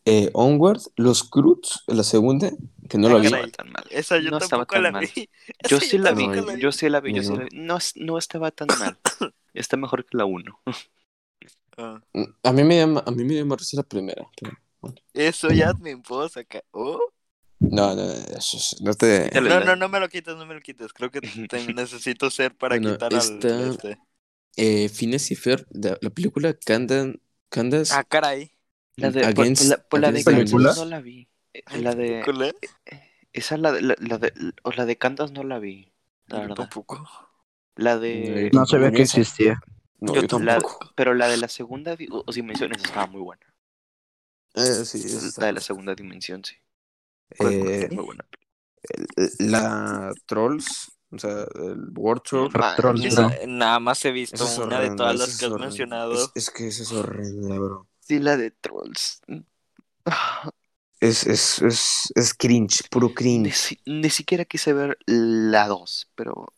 S2: eh, Onward, los Cruz, la segunda, que no la
S1: Ah,
S2: vi.
S1: caray. esa yo
S3: No estaba
S1: tampoco
S3: tan
S1: la
S3: mal.
S1: vi.
S3: Yo
S1: Esa
S3: sí la vi,
S1: tampoco
S2: No,
S3: yo sí la vi, yo sí
S2: Ujú.
S3: la vi. No, es- no estaba tan mal. Está mejor que la 1.
S1: Ah,
S2: A mí me llama, a mí me llama risa la primera. pero-
S1: Eso ya me puedo sacar. Oh.
S2: No, no, no, eso es- no te.
S3: Dale,
S1: No,
S3: dale.
S1: no, no me lo quites, no me lo quites. Creo que te- necesito ser para
S2: Bueno,
S1: quitar al
S2: esta-
S1: este.
S2: Eh, Phineas y Ferb, la, la película Candan, Candace
S1: Ah, caray.
S3: La de, por,
S2: Against-
S3: la, por la de
S2: Against the
S3: Cantos
S4: Against Películas.
S3: no la vi. Eh, La de.
S1: ¿Cuál es?
S3: Esa la de. La, la de o la de Cantos no la vi. La
S1: Yo
S3: verdad.
S1: tampoco.
S3: La de.
S4: No sabía que
S2: Esa.
S4: existía.
S2: No,
S1: yo
S2: yo
S1: tampoco.
S2: tampoco.
S3: Pero la de la segunda di- o- o dimensión, esa estaba muy buena.
S2: Eh, sí, esa.
S3: La de la segunda dimensión, sí.
S2: Eh,
S3: muy buena.
S2: la Trolls, o sea, el World Tour.
S3: Ma-
S4: Troll,
S3: yo-
S4: bro.
S1: Na- nada más he visto
S2: Esa es
S1: una de
S2: horrenda,
S1: todas
S2: esa
S1: las que
S2: es
S1: has
S2: horrenda.
S1: mencionado.
S2: Es, es que esa es horrenda, bro.
S3: Sí, la de Trolls. Ah,
S2: Es, es, es, es cringe, puro
S3: Ni,
S2: cringe.
S3: si- ni siquiera quise ver la 2, pero,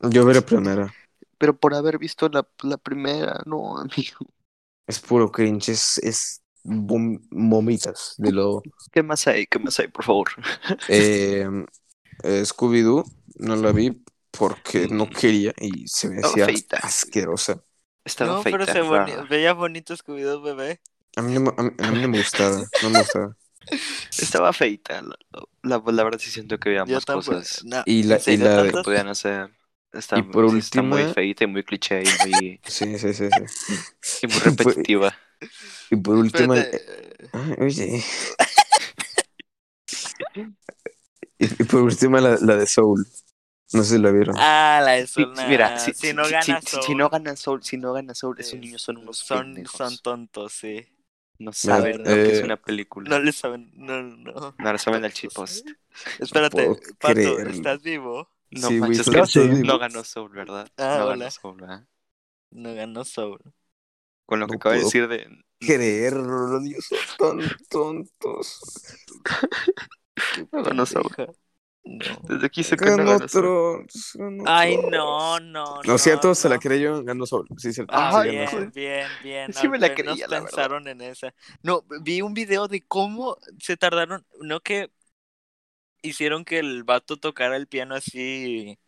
S2: Yo veré primera.
S3: pero por haber visto la, la primera, no, amigo.
S2: Es puro cringe, es, es vom- vomitas de lo.
S3: ¿Qué más hay? ¿Qué más hay, por favor?
S2: Eh, eh, Scooby-Doo no la vi porque no quería y se me
S3: Estaba
S2: hacía
S3: feita.
S2: asquerosa.
S3: Estaba
S1: No, pero
S3: feita,
S1: se boni-
S3: estaba-
S1: veía bonito Scooby-Doo, bebé.
S2: A mí no, me- a mí- a mí no me gustaba, no me gustaba.
S3: Estaba feita. La, la, la verdad sí siento que había
S1: Yo
S3: más
S1: tampoco.
S3: cosas
S1: No,
S2: Y la-
S1: ¿en serio,
S2: y la de- pues,
S3: que
S1: tantas?
S3: podían hacer. Está,
S2: Y por
S3: sí, está muy
S2: última-
S3: feita y muy cliché y muy,
S2: Sí, sí, sí, sí.
S3: y muy repetitiva.
S2: Y por última...
S1: Espérate, eh,
S2: eh, ah, oye. Y, y por última, la, la de Soul. No sé si la vieron.
S1: Ah, la de Soul.
S3: Sí,
S1: nah,
S3: mira,
S1: si, no
S3: si-
S1: gana
S3: si-
S1: Soul,
S3: si no gana Soul, si no gana Soul, esos
S1: es-
S3: niños son unos
S1: son,
S3: pendejos.
S1: son tontos, sí.
S3: no saben
S1: Mira,
S3: lo que es
S2: eh,
S3: una película.
S1: No le saben, no, no.
S3: No lo saben al chipost.
S1: Espérate,
S2: puedo
S1: Pato,
S2: creerlo.
S1: ¿estás vivo?
S3: No
S2: Sí, güey,
S3: manches,
S2: son
S3: que
S4: los
S3: no-
S4: mismos.
S3: no ganó Soul, ¿verdad?
S1: Ah,
S3: no
S1: hola.
S3: ganó Soul, ¿verdad?
S1: No ganó Soul.
S3: Con lo que
S2: No
S3: acaba de
S2: puedo.
S3: decir de.
S2: Creerlo, Dios, son tan tontos.
S3: No ganó Soul.
S1: Hijo, No.
S3: Desde aquí sé que no
S2: Ganó
S3: ganó Soul.
S2: Trolls, ganó
S1: Ay,
S2: Trolls.
S1: no, no.
S2: Lo cierto, se la
S1: no.
S2: creyó, ganó Soul. Sí, cierto.
S1: Ah,
S3: Ajá,
S2: sí,
S1: bien,
S2: ganó
S3: hijo
S2: Soul.
S3: de-
S1: bien, bien.
S3: Sí me la
S1: al menos
S3: creía, la verdad.
S1: pensaron en esa. No, vi un video de cómo se tardaron, no que hicieron que el vato tocara el piano así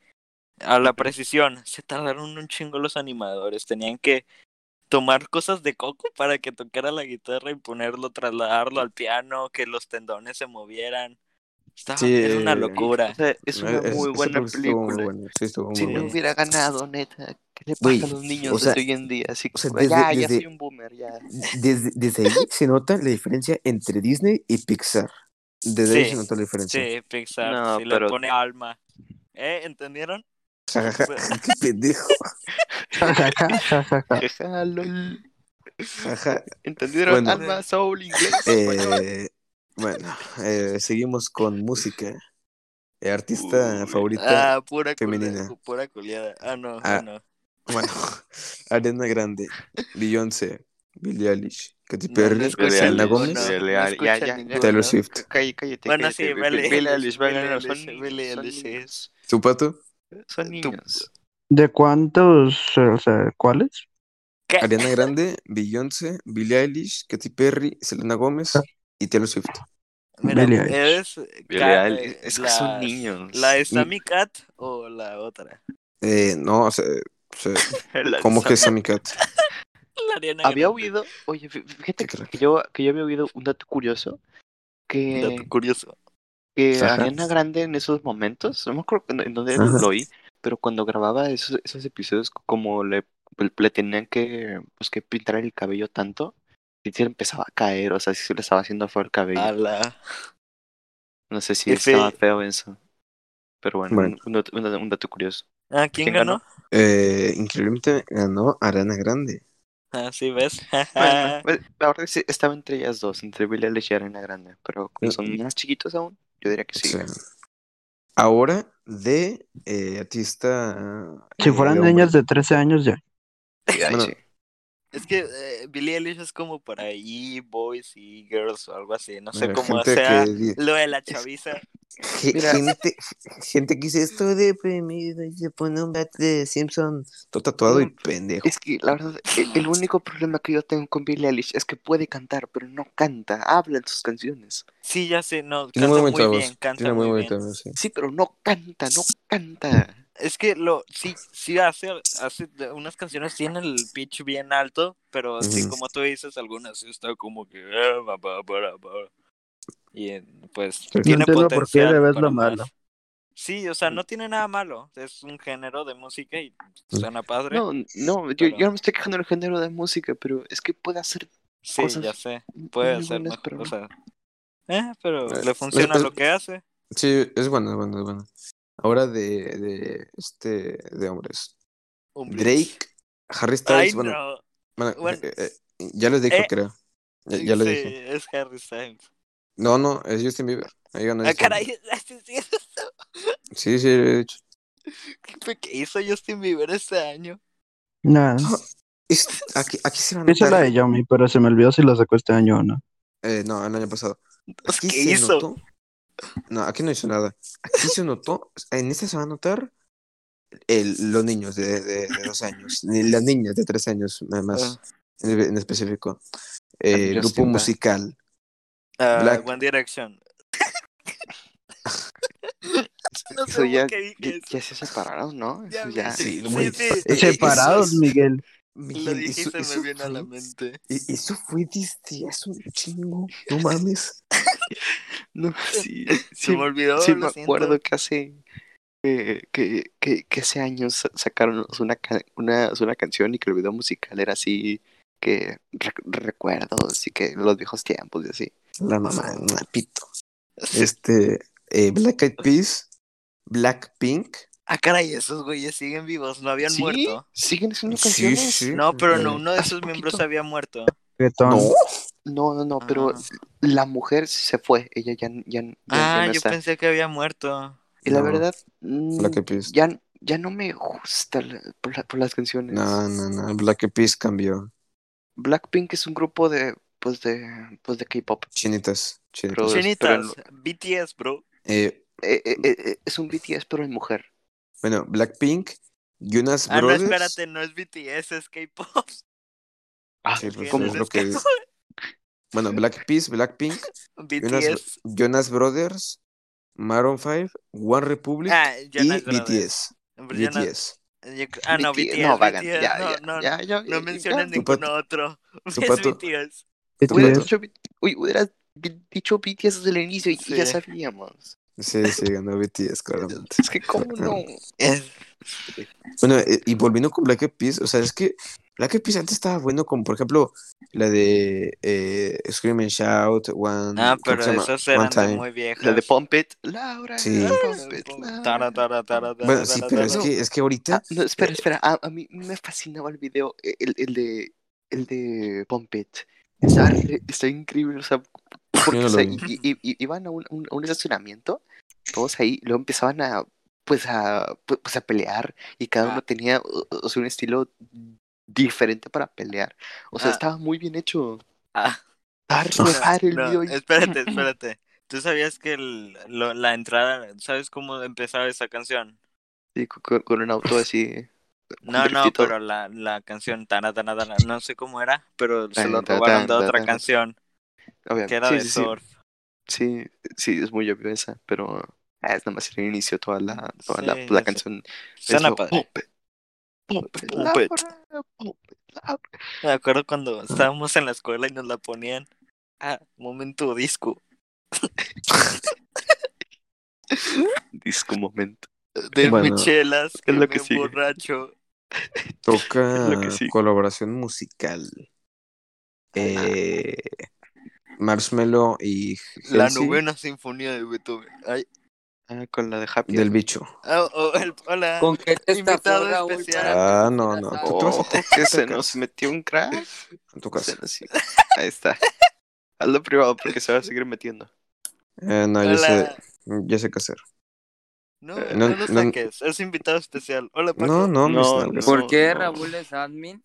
S1: a la precisión. Se tardaron un chingo los animadores. Tenían que tomar cosas de coco para que tocara la guitarra y ponerlo, trasladarlo al piano, que los tendones se movieran. Estaba,
S2: Sí,
S1: era una
S2: eh,
S3: O
S1: locura.
S3: sea, es una
S2: Es-
S3: muy
S2: esa
S3: buena
S2: película estuvo muy
S3: película.
S2: buena, Sí, estuvo muy
S3: Si
S2: buena.
S3: no hubiera ganado, neta, ¿qué le pasa
S2: Güey,
S3: a los niños
S2: o sea,
S3: de hoy en día? Así,
S2: o sea,
S3: pues, ya,
S2: desde-
S3: ya
S2: desde-
S3: soy un boomer, ya.
S2: Desde, desde ahí se nota la diferencia entre Disney y Pixar. Desde ahí
S1: Sí,
S2: se nota la diferencia.
S1: Sí, Pixar,
S3: No,
S1: sí
S3: pero-
S1: le pone alma. ¿Eh? ¿Entendieron?
S2: Ja, ja,
S1: O
S2: ja.
S1: sea,
S2: Qué pendejo.
S3: Jeja, lol.
S2: Ja, ja.
S3: ¿Entendieron?
S2: Bueno.
S3: Alma, soul, inglés. español.
S2: Eh, bueno, eh, seguimos con música. Eh, artista
S3: Uy,
S2: favorita.
S1: Ah, pura
S2: femenina.
S1: culiada, pura culiada. Ah, no,
S2: Ah.
S1: ah, no.
S2: Bueno, Ariana Grande, Beyoncé, Billie Eilish, Katy
S1: No,
S2: Perry,
S1: no escucho
S2: Selena
S1: ninguno.
S2: Gómez,
S1: No,
S3: Billie
S1: no
S3: Eilish,
S1: escucho
S3: ya, ya.
S1: ninguno.
S2: Taylor Swift.
S3: Cállate, cállate.
S1: Bueno,
S3: cállate.
S1: sí,
S3: Bi-
S1: Billie
S3: Bi- Billie
S1: Eilish,
S3: Eilish,
S1: Billie
S3: Billie Eilish, son
S1: Eilish,
S3: niños,
S1: Billie
S3: son
S1: Eilish,
S3: niños,
S2: ¿Tu pato?
S3: son
S1: Tú-
S3: niños.
S4: ¿De cuántos? O sea, ¿cuáles?
S1: ¿Qué?
S2: Ariana Grande, Beyoncé, Billie Eilish, Katy Perry, Selena Gómez y Taylor Swift.
S1: Mira,
S4: Billie
S2: eh.
S4: Eilish.
S1: es.
S3: Billie
S1: ca-
S3: Eilish,
S1: eh,
S3: es que son
S1: las-
S3: niños.
S1: ¿La de Sammy Cat o la otra?
S2: Eh, no, o sea, o sea,
S3: Las-
S2: ¿cómo que Sammy Cat?
S1: La Ariana
S3: Había
S1: Grande.
S3: oído, oye, fí- fíjate
S2: Sí,
S3: que,
S2: claro.
S3: que yo, que yo había oído un dato curioso. Que,
S1: Dato curioso.
S3: que
S2: Ajá.
S3: Ariana Grande en esos momentos, no me acuerdo en- en dónde
S2: Ajá.
S3: lo oí, pero cuando grababa esos, esos episodios, como le, le tenían que, pues, que pintar el cabello tanto, sí se le empezaba a caer, o sea, sí se le estaba haciendo feo el cabello.
S1: A la.
S3: No sé si
S1: Ese-
S3: estaba feo eso, pero bueno,
S2: Bueno.
S3: Un, un- un- un dato curioso.
S1: Ah, ¿quién,
S3: ¿Quién
S1: ganó?
S3: ganó?
S2: Eh, increíblemente ganó Arena Grande.
S1: Ah, sí, ¿ves? Ah.
S3: Bueno, pues, la verdad es que estaba entre ellas dos, entre Billie Eilish y Ariana Grande, pero
S2: Eh,
S3: como son más chiquitos aún, yo diría que sí.
S2: O sea, ahora de eh, artista.
S4: Si
S2: eh,
S4: fueran
S2: hombre.
S4: niños de 13 años ya.
S3: Ay,
S2: bueno.
S3: sí.
S1: Es que eh, Billie Eilish es como para e-boys y girls o algo así. No sé
S2: Mira,
S1: cómo
S2: gente
S1: sea
S2: que di-
S1: lo de la chaviza.
S2: ge-
S3: Mira.
S2: gente, gente que dice estoy deprimido y se pone un bat de Simpson todo tatuado y
S3: Mm,
S2: pendejo.
S3: Es que la verdad, e-, el, el único problema que yo tengo con Billie Eilish es que puede cantar, pero no canta, habla en sus canciones.
S1: Sí, ya sé, no,
S2: Tiene
S1: canta
S2: muy
S1: muy,
S2: bonita voz.
S1: bien, canta
S2: Tiene muy
S1: muy,
S2: bonita
S1: bien.
S2: voz. sí.
S3: Sí, pero no canta, no canta.
S1: Es que lo, sí, sí hace, hace de- unas canciones tienen el pitch bien alto, pero sí,
S2: Ujú.
S1: como tú dices, algunas sí está como que... eh, ba, ba, ba, ra, ba. Y eh, pues
S2: No
S1: tiene
S4: entiendo por qué
S1: potencial
S4: le ves
S1: para
S4: lo
S1: más.
S4: malo.
S1: Sí, o sea, no tiene nada malo. Es un género de música y suena padre.
S3: No, no, yo,
S1: Pero-
S3: yo no me estoy quejando del género de música, pero es que puede hacer
S1: Sí,
S3: cosas
S1: ya sé.
S3: muy
S1: Puede ser
S3: buenas,
S1: mejor.
S3: pero
S1: O
S3: no.
S1: sea, eh, pero
S2: Eh,
S1: le funciona
S2: eh,
S1: lo que hace.
S2: Sí, es bueno, es bueno, es bueno. Ahora de, de este de hombres.
S1: Un blitz.
S2: Drake, Harry Styles,
S1: Ay,
S2: bueno,
S1: no.
S2: Bueno,
S1: Bueno.
S2: eh, eh, ya les dijo,
S1: Eh.
S2: creo. Ya,
S1: Sí,
S2: ya lo dije.
S1: es Harry Styles.
S2: No, no, es Justin Bieber. Ahí ganó
S1: Ah,
S2: Justin
S1: caray, ¿sí es cierto?
S2: Bieber. Sí, sí, lo he dicho.
S1: ¿qué fue que hizo Justin Bieber este año?
S4: Nada.
S2: Es- aquí, aquí se va a
S4: Hice la
S2: notar.
S4: de Yomi, pero se me olvidó si la sacó este año o no.
S2: Eh, no, el año pasado.
S1: Pues,
S2: Aquí
S1: ¿Qué
S2: se
S1: hizo?
S2: notó. No, aquí no hizo nada. Aquí se notó. En esta se va a notar el- los niños de, de, de dos años. ni Las niñas de tres años, nada más.
S1: Ah.
S2: En, en específico. Eh,
S3: Justin
S2: grupo
S3: Bieber.
S2: musical.
S1: Ah,
S2: Black.
S1: One Direction. No sé
S3: Eso ya,
S1: por qué dije
S3: ya,
S1: eso.
S3: ya se separaron, ¿no?
S1: Ah, Ya
S3: Eso
S1: vi.
S3: ya.
S2: Sí,
S1: sí,
S2: güey.
S1: sí.
S2: Eh,
S4: Separados,
S2: eso es-
S4: Miguel.
S1: Lo
S2: Miguel,
S1: dije y
S2: eso-
S1: se me
S2: eso
S1: vino a la
S2: fue-
S1: mente.
S2: E- Eso fue desde hace un chingo, no mames.
S3: No, sí,
S1: Se
S3: sí,
S1: me olvidó,
S3: sí me
S1: lo siento.
S3: acuerdo que hace que, que, que, que hace años sa- sacaron una, ca- una, una canción y que el video musical era así que re- recuerdos y que los viejos tiempos y así.
S2: La mamá, una pito. Este, eh, Black Eyed Peas, Blackpink.
S1: Ah, caray, esos güeyes siguen vivos, no habían
S3: ¿Sí?
S1: muerto.
S3: ¿Siguen haciendo
S2: Sí,
S3: canciones?
S2: sí.
S1: No, pero no,
S2: Eh,
S1: uno de
S3: hace
S1: esos miembros
S3: poquito.
S1: había muerto.
S4: reggaetón.
S2: No,
S3: No, no, no, pero
S1: Ah.
S3: la mujer se fue. Ella ya, ya, ya, ya
S1: Ah,
S3: no
S1: yo
S3: está.
S1: pensé que había muerto.
S3: Y la
S2: No.
S3: verdad,
S2: Black
S3: mm,
S2: Eyed Peas.
S3: ya, ya no me gusta la- por, la- por las canciones.
S2: No, no, no. Black Eyed Peas cambió.
S3: Blackpink es un grupo de, pues de, pues de K-pop.
S2: Chinitas, chinitas.
S3: Pero-
S1: Chinitas, BTS, bro.
S2: Eh,
S3: Eh, eh, eh, eh, es un BTS pero en mujer.
S2: bueno, Blackpink, Jonas
S1: Ah, no,
S2: Brothers.
S1: espérate, no es BTS, es K-pop.
S3: Ah,
S2: Sí, pues,
S1: ¿Qué
S3: ¿Cómo?
S2: es
S1: es
S2: lo que es. Bueno, Black Peas, Blackpink, Jonas,
S1: BTS.
S2: Jonas Brothers, Maroon 5, One Republic
S1: Ah, Jonas
S2: y
S1: Brothers. Pues
S2: BTS.
S1: Hombre, Jonas-
S2: BTS.
S1: yo- Ah, no, BTS.
S3: no, vagan,
S1: BTS,
S3: ya,
S1: no,
S3: ya,
S1: no,
S3: ya, ya,
S1: no
S3: ya,
S1: mencionen
S3: ya.
S2: Tu
S1: ninguno
S2: pato-
S1: otro. Es
S2: tu pato-
S1: BTS.
S4: BTS.
S3: Hubieras dicho, B- uy, hubieras bi- dicho BTS desde el inicio y y ya
S1: Sí.
S3: sabíamos.
S2: Sí, sí, ganó BTS, claramente.
S3: Es que cómo no.
S1: Es-
S2: Bueno, eh, y volviendo con Black Eyed Peas, o sea, es que Black Eyed Peas antes estaba bueno, como por ejemplo la de eh, Scream and Shout, One.
S1: Ah,
S2: ¿cómo
S1: pero
S2: que se llama?
S1: esos
S2: One
S1: eran de
S2: Time.
S1: muy viejas.
S3: La de Pump It, Laura,
S2: Sí.
S3: Pump It, Laura.
S1: Tara, tara, tara, tara,
S2: Bueno, sí,
S1: tara,
S2: pero
S1: tara.
S2: es
S3: Ah, pues, no.
S2: que, es que ahorita.
S3: Ah, no, espera, espera. A, a mí me fascinaba el video, e, el, el de el de Pump It. Está, re- está increíble, o sea, porque
S2: Yo no
S3: o sea,
S2: lo vi.
S3: i- i- i- iban a un, un- a un estacionamiento, todos ahí, luego empezaban a pues a pu- pues a pelear y cada
S1: Ah.
S3: uno tenía o- o sea, un estilo diferente para pelear. O sea,
S1: Ah.
S3: estaba muy bien hecho.
S1: Ah.
S3: Estaba re padre el
S1: No,
S3: video. y-
S1: espérate, espérate. ¿Tú sabías que el- lo- la entrada, sabes cómo empezaba esa canción?
S3: y co- co- con, un auto así.
S1: No, no,
S3: driftito.
S1: pero la, la canción tana, tana, tana, no sé cómo era, pero se lo
S3: Tan, tan,
S1: robaron de
S3: tan,
S1: otra
S3: tan.
S1: canción que
S3: Obviamente.
S1: era
S3: Sí,
S1: de
S3: sí, sí.
S1: surf.
S3: Sí, sí, es muy obvio esa, pero ah, es nomás el inicio, toda la, toda la,
S1: Sí,
S3: la
S1: ya sé.
S3: canción. es
S1: Suena
S3: lo-
S1: padre.
S3: Pump it, pump it,
S1: Pump it.
S3: Laura, pump it, Laura.
S1: Pues, Me acuerdo cuando estábamos en la escuela y nos la ponían. Ah, momento disco.
S3: Disco momento.
S1: eh, De
S2: Bueno.
S1: Michelas, que
S3: Es lo
S1: me
S3: que sigue.
S1: borracho.
S2: Toca
S3: Lo que sí.
S2: colaboración musical. Eh, Marshmello y
S1: La
S2: Halsey
S1: novena sinfonía de Beethoven. Ay,
S3: Ah, con la de Happy.
S2: del
S3: Hour.
S2: bicho.
S1: ah, oh, el- hola.
S5: ¿Con qué te estafó
S1: Invitado
S5: Raúl?
S1: especial.
S5: para
S2: Ah,
S5: que
S2: no,
S5: te
S2: no.
S5: la
S2: Tú- tú vas
S3: Oh,
S2: a tu-
S3: que se
S2: tu
S3: nos
S2: casa,
S3: metió un crack.
S2: en tu
S3: Se
S2: casa.
S3: nos- Ahí está. Hazlo privado porque se va a seguir metiendo.
S2: Eh, no, yo
S1: Hola.
S2: sé, yo sé qué hacer.
S1: No,
S3: Eh,
S1: no,
S2: no,
S1: lo
S2: no.
S1: saques. Es invitado especial. Hola,
S2: No,
S1: Paco.
S2: no, mis
S3: No,
S2: nalgas.
S5: ¿Por
S3: No,
S5: qué
S3: no.
S5: Raúl es admin?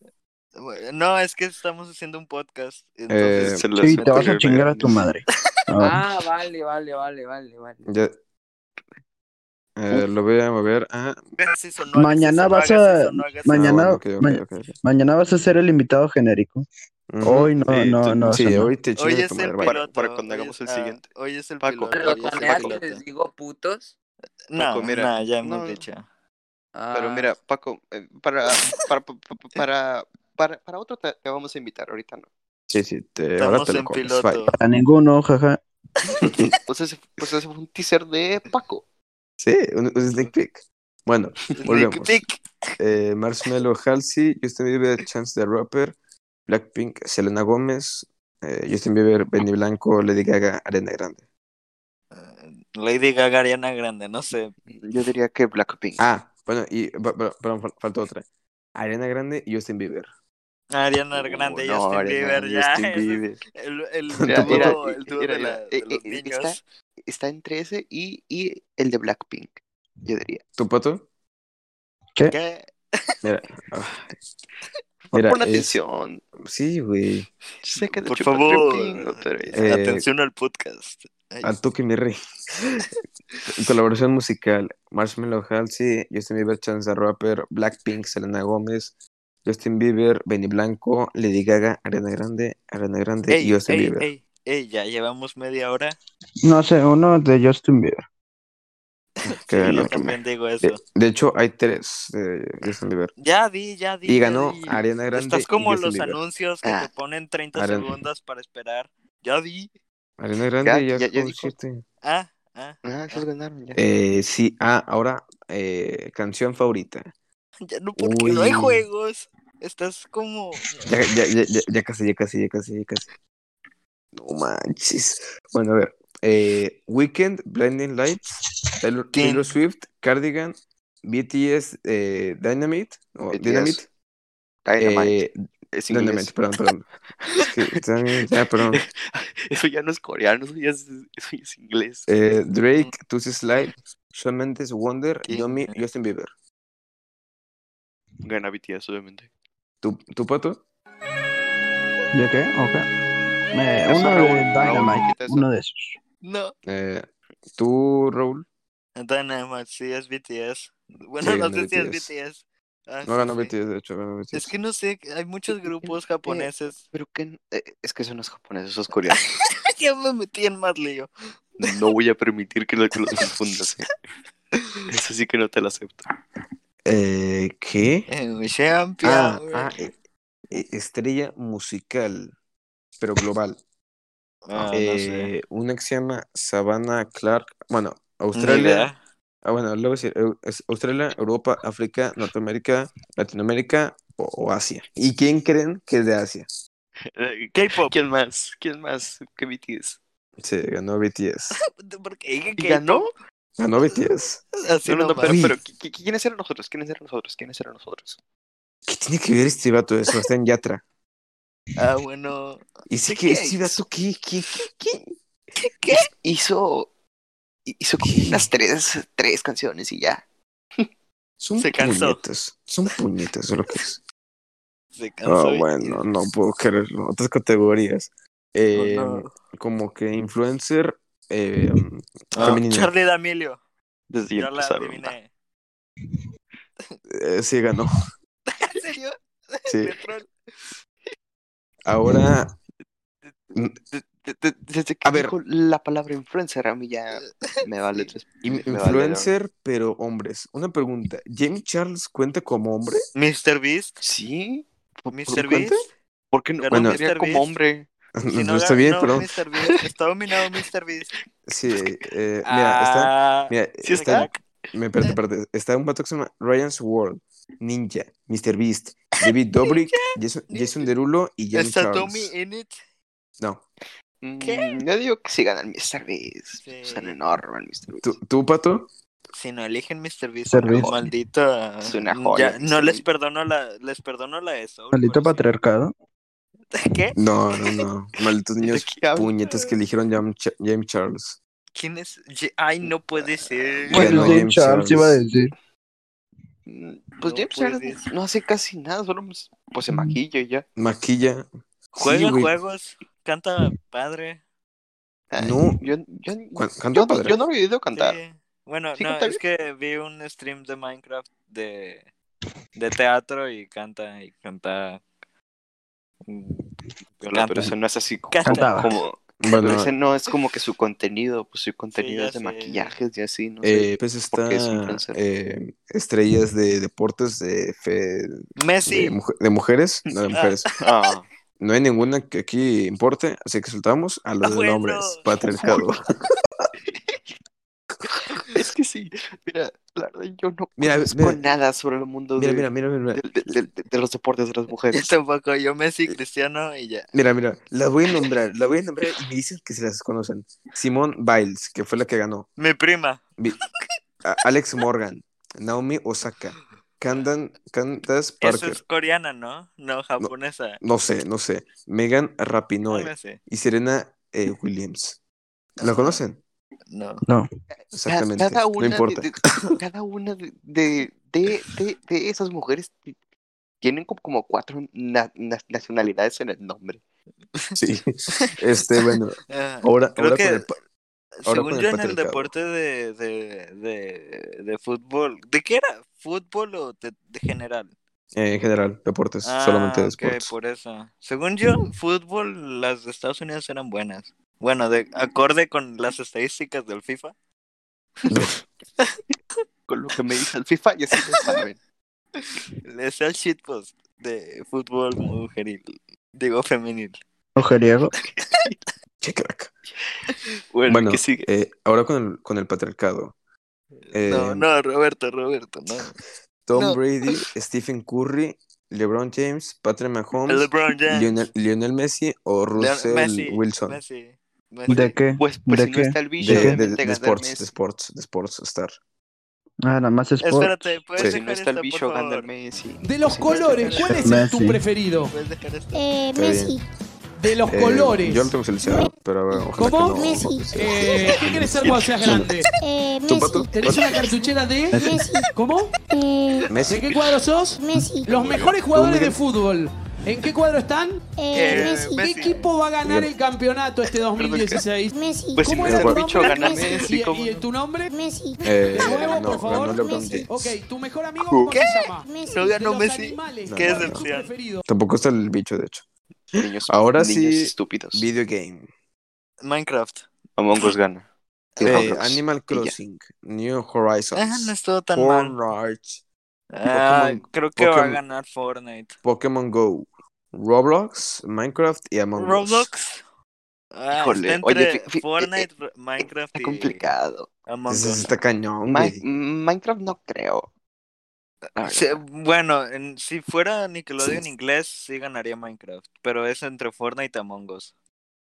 S1: No, es que estamos haciendo un podcast.
S2: Eh,
S1: Entonces,
S3: Se los
S4: Sí, te
S3: mete
S4: vas a
S3: el
S4: chingar a tu
S3: viernes.
S4: madre. Ah,
S5: Ah, vale, vale, vale, vale, vale.
S2: Ya. Eh, lo voy a mover a.
S1: hagas eso, no hagas eso,
S4: Mañana
S1: no
S4: vas
S1: hagas
S4: a-
S1: eso, no hagas eso.
S2: Ah,
S4: Mañana-
S2: bueno, ok, ok,
S4: ma-
S2: ok, ok.
S4: mañana vas a ser el invitado genérico.
S2: Ujú.
S4: Hoy no,
S3: Sí,
S4: no,
S3: tú-
S4: no.
S2: Sí,
S4: o sea, no.
S2: hoy te
S1: Hoy
S2: chingas
S1: es
S2: tu madre.
S1: el piloto.
S2: bye.
S3: Para- para cuando
S1: hoy
S3: hagamos
S1: es-
S3: el
S1: ah,
S3: siguiente.
S1: hoy es el
S3: Paco,
S1: piloto.
S5: Pero
S1: hoy es
S5: con
S1: el
S3: Paco,
S5: que
S1: piloto.
S5: les digo putos.
S1: No,
S3: Paco, mira,
S1: no, ya hemos
S3: no. eh,
S1: dicho.
S5: Ah,
S3: Pero mira, Paco, eh, para, para, para, para, para otro te, te vamos a invitar, ahorita no.
S2: Sí, sí, te, ahora
S1: Estamos
S2: te lo
S1: en
S2: comes. bye.
S1: piloto.
S4: A ninguno, jaja.
S3: Pues ese, pues ese fue un teaser de Paco.
S2: Sí, un, un sneak peek. Bueno,
S1: Sneak
S2: volvemos.
S1: peek.
S2: Eh, Marshmello Halsey, Justin Bieber, Chance the Rapper, Blackpink, Selena Gómez, eh, Justin Bieber, Benny Blanco, Lady Gaga, Arena Grande.
S1: Eh, Lady Gaga, Ariana Grande, no sé.
S3: Yo diría que Blackpink.
S2: Ah, bueno, y pa- pa- perdón, fal- faltó otra. Arena Grande y Justin Bieber.
S1: Ariana
S3: Uh,
S1: Grande,
S3: no,
S1: Justin
S3: Ariana,
S1: Bieber, ya.
S3: Justin
S1: ese es
S3: Bieber.
S1: El, el
S2: Mira,
S3: mira,
S1: dúo, el dúo
S3: mira,
S1: de, la-
S3: mira,
S1: de
S3: eh,
S1: los
S3: eh,
S1: niños.
S3: está- Está entre ese y, y el de Blackpink, yo diría.
S2: ¿Tu pato?
S1: ¿Qué?
S2: Mira. ah,
S3: Pon
S2: Mira, es-
S3: atención.
S2: Sí, güey.
S3: Sé que te
S1: Por
S3: chupa el
S1: favor.
S3: pepino, pero es-
S2: Eh,
S1: Atención al podcast. Ay,
S2: Al toque mi rey. Colaboración musical. Marshmello Halsey, Justin Bieber, Chance the Rapper, Blackpink, Selena Gómez, Justin Bieber, Benny Blanco, Lady Gaga, Ariana Grande, Ariana Grande
S1: Ey,
S2: y Justin
S1: ey,
S2: Bieber.
S1: ey, ey, ya llevamos media hora.
S4: No sé, uno de Justin Bieber.
S2: Que
S1: Sí,
S2: lo
S1: yo
S2: que me-
S1: también digo
S2: de,
S3: Pues,
S1: eso.
S2: de hecho, hay tres eh, de Justin Bieber.
S1: Ya di, ya di.
S2: Y
S1: ya
S2: ganó
S1: di.
S2: Ariana Grande.
S1: Estás
S2: y
S1: como
S2: Justin
S1: los
S2: Bieber.
S1: anuncios que
S3: Ah.
S1: te ponen 30
S2: Ariana-
S1: segundos para esperar. Ya di.
S2: Ariana Grande
S3: Ya-
S2: ya,
S3: ya- ya
S2: con
S3: dijo.
S2: siete.
S1: Ah, ah.
S3: Ah, esos ganaron ya.
S2: Eh, sí, ah, ahora, eh, canción favorita.
S1: Ya no, porque no hay
S2: Uy.
S1: juegos. Estás como.
S2: Ya, ya, ya, ya, ya casi, ya casi, ya casi, ya casi. No manches. Bueno, a ver. eh, Weekend, Blinding Lights, Taylor,
S1: Tin.
S2: Taylor Swift, Cardigan, BTS eh, Dynamite, o
S3: BTS,
S2: Dynamite,
S3: Dynamite,
S2: eh,
S3: es inglés.
S2: Dynamite, perdón, perdón. Es que también- ah, perdón.
S3: Eso ya no es coreano, eso ya es, eso ya es inglés.
S2: Eh, Drake,
S3: Mm.
S2: Tusi Slide, Shawn Mendes, Wonder,
S1: Tin.
S2: Yomi, Justin Bieber.
S3: Gana BTS, obviamente.
S2: ¿Tu, tu pato?
S4: ¿De qué? ¿O qué? Eh,
S3: Eso,
S4: uno de
S3: Raúl, Raúl,
S4: Dynamite,
S3: quita eso.
S4: uno de esos.
S1: No.
S2: Eh, ¿Tu Raúl?
S1: Dynamite, sí, es BTS. Bueno,
S2: Sí,
S1: no
S2: ganó
S1: sé si
S2: BTS.
S1: es BTS. Ah,
S2: No
S1: sí,
S2: ganó
S1: sí.
S2: BTS, de hecho, ganó BTS.
S1: Es que no sé, hay muchos grupos japoneses.
S3: Pero que n- eh, es que eso no es japonés, eso es coreano.
S1: ya me metí en más lío.
S3: No voy a permitir que lo, que lo confundas. eh. Eso sí que no te lo acepto.
S2: Eh, ¿Qué?
S1: Eh, Champion.
S2: Ah,
S1: güey.
S2: ah, eh, eh, estrella musical, pero global.
S1: Ah, no sé.
S2: Eh, Una que se llama Savannah Clark. Bueno,
S1: Ni
S2: Australia.
S1: idea.
S2: Ah, bueno, luego decir, eu- es Australia, Europa, África, Norteamérica, Latinoamérica o, o Asia. ¿Y quién creen que es de Asia?
S3: Eh,
S1: K-pop.
S3: ¿Quién más? ¿Quién más que BTS?
S2: Sí, ganó BTS.
S1: Porque dije
S3: ¿Y
S1: que
S3: ganó?
S2: Ganó BTS.
S1: así
S3: No, no, no,
S1: nomás.
S3: pero,
S2: Uy.
S3: pero ¿qui- qui- ¿quiénes eran nosotros? ¿Quiénes eran nosotros? ¿Quiénes eran nosotros?
S2: ¿Qué tiene que ver este vato de Sebastián Yatra?
S1: Ah, bueno.
S2: Y sí
S1: ¿Qué
S2: que
S1: es?
S2: este vato, ¿qué, qué, qué, qué?
S1: ¿Qué?
S3: Hizo. Hizo como unas tres, tres canciones y ya.
S2: Son
S1: Se cansó.
S2: puñetas. Son puñetas, es lo que es.
S1: Se cansó.
S2: Oh,
S1: y-
S2: bueno, no puedo creerlo. Otras categorías. Eh,
S1: No, no.
S2: Como que influencer eh,
S1: Ah,
S2: femenina.
S1: Charlie D'Amelio.
S3: Desde ya
S1: Yo la
S3: empezaron.
S2: Ah,
S3: ¿no?
S1: adiviné.
S2: eh, sí ganó.
S1: ¿En serio?
S2: Sí.
S1: Letrón.
S2: Ahora
S3: De- de- de- Desde que
S2: A ver.
S3: dijo la palabra influencer, a mí ya me vale tres.
S2: Im-
S3: me vale,
S2: Influencer, pero hombres. Una pregunta. ¿Jamie Charles cuenta como hombre?
S1: Mr. Beast.
S3: ¿Sí? ¿Por,
S1: Mr.
S3: por cuánto?
S1: Beast.
S3: ¿Por qué no
S1: Ganó
S2: Bueno.
S3: podría
S1: Mr.
S3: como
S1: Beast.
S3: hombre?
S1: Si
S2: no,
S1: no,
S2: Mm, está bien,
S1: ganó
S2: pero
S1: Mr. Beast. Está dominado Mr. Beast.
S2: sí. eh, mira, está.
S1: Ah,
S2: Mira,
S3: sí
S1: es
S2: está.
S1: crack.
S2: Me espérate, espérate. Está un vato que se llama Ryan's World, Ninja, Mr. Beast, David Dobrik, Jason, Jason Derulo y Jamie
S1: Está
S2: Charles.
S1: Tommy in it.
S2: No.
S1: ¿Qué?
S3: Mm, Yo digo que sí gana el Mr. Beast. Pues,
S1: Sí.
S3: Suena enorme el Mr. Beast.
S2: ¿Tú, tú, pato?
S1: Si no eligen Mr. Beast,
S4: Mr. Beast.
S1: maldito.
S3: Es una joya,
S1: Ya,
S3: Mr.
S1: no les
S3: Beast.
S1: perdono la, les perdono la de Soul.
S4: Maldito
S1: por si-
S4: patriarcado.
S1: ¿Qué?
S2: No, no, no. Malditos
S3: ¿De
S2: niños
S3: qué hablas?
S2: puñetas que eligieron Jam- Cha- Jamie Charles.
S1: ¿Quién es? Ye- Ay, no puede ser.
S2: Bueno, Ganó
S4: Bueno, James
S2: James
S4: Charles
S2: Charles.
S4: iba a decir.
S3: Mm, Pues
S1: No
S3: James
S1: puedes.
S3: Charles no hace casi nada, solo pues, pues se
S2: Mm.
S3: maquilla y ya.
S2: Maquilla. Sí,
S1: Juega
S2: güey.
S1: juegos, canta padre.
S3: Ay,
S2: No.
S3: Yo, yo,
S2: Cu- canta
S3: yo, no-
S2: padre.
S3: yo no lo he oído cantar.
S1: Sí. Bueno,
S3: ¿Sí
S1: no,
S3: canta
S1: es que vi un stream de Minecraft de, de teatro y canta y canta. mm,
S3: Pero,
S1: Canta.
S3: pero eso no es así como.
S1: Canta.
S3: como-
S2: Bueno,
S3: pero ese no es como que su contenido, pues su contenido
S1: ya
S3: es de
S1: sé.
S3: maquillajes y así, no sé.
S2: Eh, pues está
S3: porque es influencer.
S2: eh, estrellas de deportes de, fe-
S1: Messi.
S2: de, mujer- de mujeres, no de mujeres.
S3: Ah,
S2: No hay ninguna que aquí importe, así que soltamos a los
S1: Bueno.
S2: nombres patriarcado.
S3: es que sí. Mira, la verdad, yo no
S2: Mira,
S3: conozco
S2: mira.
S3: nada sobre el mundo
S2: Mira,
S3: de,
S2: mira, mira, mira,
S3: de- de- de- de los deportes de las
S1: Yo
S3: mujeres.
S1: tampoco, yo Messi, Cristiano y ya.
S2: mira, mira, las voy a nombrar, las voy a nombrar y me dicen que se las conocen. Simone Biles, que fue la que ganó.
S1: Mi prima.
S2: Vi- a- Alex Morgan, Naomi Osaka, Candan, Candace
S1: Esa
S2: Parker,
S1: es coreana, ¿no? No, japonesa.
S2: no sé, no sé, Megan Rapinoe
S1: No sé.
S2: y Serena eh, Williams. ¿La
S1: Ajá.
S2: conocen?
S1: No.
S2: Exactamente.
S3: Cada una,
S2: no importa.
S3: De, de- cada una de, de, de, de- de esas mujeres ti- tienen como, como cuatro na- na- nacionalidades en el nombre.
S2: Sí. Este, bueno,
S1: Ah,
S2: ahora,
S1: Creo
S2: ahora
S1: que-
S2: con el pa- ahora con
S1: Según
S2: el
S1: yo en el
S2: patriarcado.
S1: deporte de, de, de, de fútbol. ¿De qué era? ¿Fútbol o de, de general?
S2: eh, en general, deportes,
S1: Ah,
S2: solamente
S1: ok,
S2: deportes.
S1: por eso. Según yo, fútbol, las de Estados Unidos eran buenas. Bueno, de acorde con las estadísticas del FIFA.
S3: Con lo que me dice el FIFA y así lo saben.
S1: Es el shitpost de fútbol mujeril. Digo femenil.
S4: Ojeriego.
S2: Che crack.
S3: Bueno,
S2: Bueno,
S3: ¿qué sigue?
S2: eh, ahora con el, con el patriarcado. Eh,
S1: No, no, Roberto, Roberto, no.
S2: Tom
S1: no.
S2: Brady, Stephen Curry, LeBron James, Patrick Mahomes,
S1: LeBron James.
S2: Lionel, Lionel Messi o
S1: Leon-
S2: Russell
S1: Messi,
S2: Wilson.
S1: Messi.
S4: ¿De qué?
S3: Pues, pues
S4: ¿De
S3: si
S4: qué?
S3: no está el bicho,
S4: ¿De qué?
S2: De, de-
S3: obviamente
S2: de
S3: Gandan
S2: sports, de
S3: es-
S2: sports, de sports star.
S4: Ah, nada más es por...
S1: Espérate, puedes
S3: Pues si
S1: dejar
S3: no está el
S1: esta,
S3: bicho,
S1: por favor?
S3: Gandalf Messi. Pues,
S6: De los
S3: Sí,
S6: colores, ¿cuál es el tu
S4: Messi.
S6: preferido?
S1: Puedes dejar esta.
S7: Eh,
S2: Está
S7: Messi.
S6: De los
S2: Eh,
S6: colores.
S2: Yo lo tengo seleccionado, pero bueno, ojalá
S6: ¿Cómo?
S2: que no-
S7: Messi.
S6: Eh, ¿Qué quieres ser cuando seas grande?
S7: Eh,
S2: ¿Tú, Pato?
S7: Messi.
S6: ¿Tenés una cartuchera de...?
S7: Messi.
S6: ¿Cómo?
S7: Eh,
S2: Messi.
S6: ¿De qué cuadro sos?
S7: Messi.
S6: Los mejores jugadores de fútbol. ¿En qué cuadro están?
S7: Eh,
S1: Eh,
S7: Messi.
S6: ¿Qué equipo va a ganar el campeonato este 2016?
S7: Messi.
S3: Pues si
S6: ¿Cómo
S3: no
S6: era
S3: está
S6: tu
S3: el bicho,
S6: nombre?
S3: gana
S7: Messi.
S6: ¿Y,
S3: Messi. ¿cómo
S6: y
S3: no?
S6: tu nombre?
S7: Messi.
S2: Eh,
S6: De nuevo,
S2: ganó,
S6: Ah, por favor.
S2: ganó LeBron James.
S6: Ok, tu mejor amigo,
S2: Who?
S6: ¿cómo se llama?
S7: Messi.
S1: No
S6: De
S1: ganó
S6: los
S1: Messi.
S6: animales,
S2: No,
S1: Qué
S6: ¿cuál es tu
S1: decepción.
S6: preferido?
S2: Tampoco está el bicho, de hecho.
S3: Niños,
S2: Ahora
S3: niños
S2: sí-
S3: estúpidos.
S2: Video game.
S1: Minecraft. Ah,
S3: Among Us gana. Y
S2: Eh,
S3: Roblox.
S2: Animal Crossing. New Horizons.
S1: Ah, no estuvo tan mal.
S2: Fortnite.
S1: Ah,
S2: Pokémon-
S1: creo que va a
S2: Pokémon-
S1: ganar Fortnite.
S2: Pokémon Go. Roblox, Minecraft y Among Us.
S1: Roblox. Ah,
S3: Híjole,
S1: está
S3: oye,
S1: entre
S3: fi- fi-
S1: Fortnite, Ro-
S3: Está
S1: Minecraft y
S3: complicado.
S1: Among
S2: Ese
S1: Us.
S2: está cañón,
S3: Ma-
S2: güey.
S3: Minecraft no creo. La verdad.
S1: Se- bueno, en- si fuera Nickelodeon
S2: Sí.
S1: inglés, sí ganaría Minecraft. Pero es entre Fortnite y Among Us.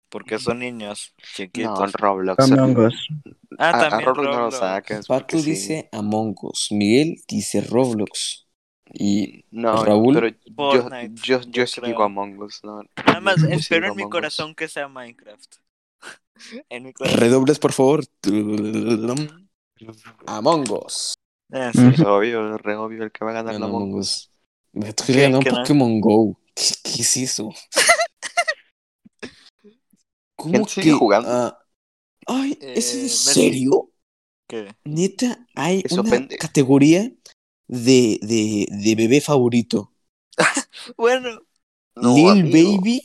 S1: Porque son niños
S3: No,
S1: chiquitos.
S3: Roblox.
S4: Among Us.
S1: Ah,
S3: A- a
S1: también.
S3: Roblox no lo
S1: Roblox.
S3: sacas. porque
S2: Pato
S3: sí.
S2: dice Among Us. Miguel dice Roblox. Y
S3: Mm, No,
S2: Raúl.
S3: pero yo,
S1: Fortnite,
S3: yo, yo
S1: yo
S3: sí
S1: creo.
S3: digo Among Us. No,
S1: Nada más,
S3: Yo pues sí
S1: espero
S3: digo
S1: en mi
S3: Among Us.
S1: corazón que sea Minecraft. en mi corazón.
S2: redobles, por favor. Among Us.
S1: Ah, sí.
S3: Es obvio, es re obvio el que va a ganar la
S2: Ganó
S3: Among
S2: Among
S3: Us.
S2: Us. Me
S1: ¿Qué-
S2: tuviera ganado
S1: qué no?
S2: Pokémon Go. ¿Qué, qué es eso? ¿Cómo
S3: ¿Quién sigue jugando?
S2: ah, ay, ¿es
S1: Eh,
S2: en
S1: Messi.
S2: serio?
S1: ¿Qué?
S2: Neta, hay
S3: Eso
S2: una
S3: ofende.
S2: categoría de, de, de bebé favorito.
S1: Bueno.
S3: No,
S2: Lil
S3: amigo.
S2: Baby,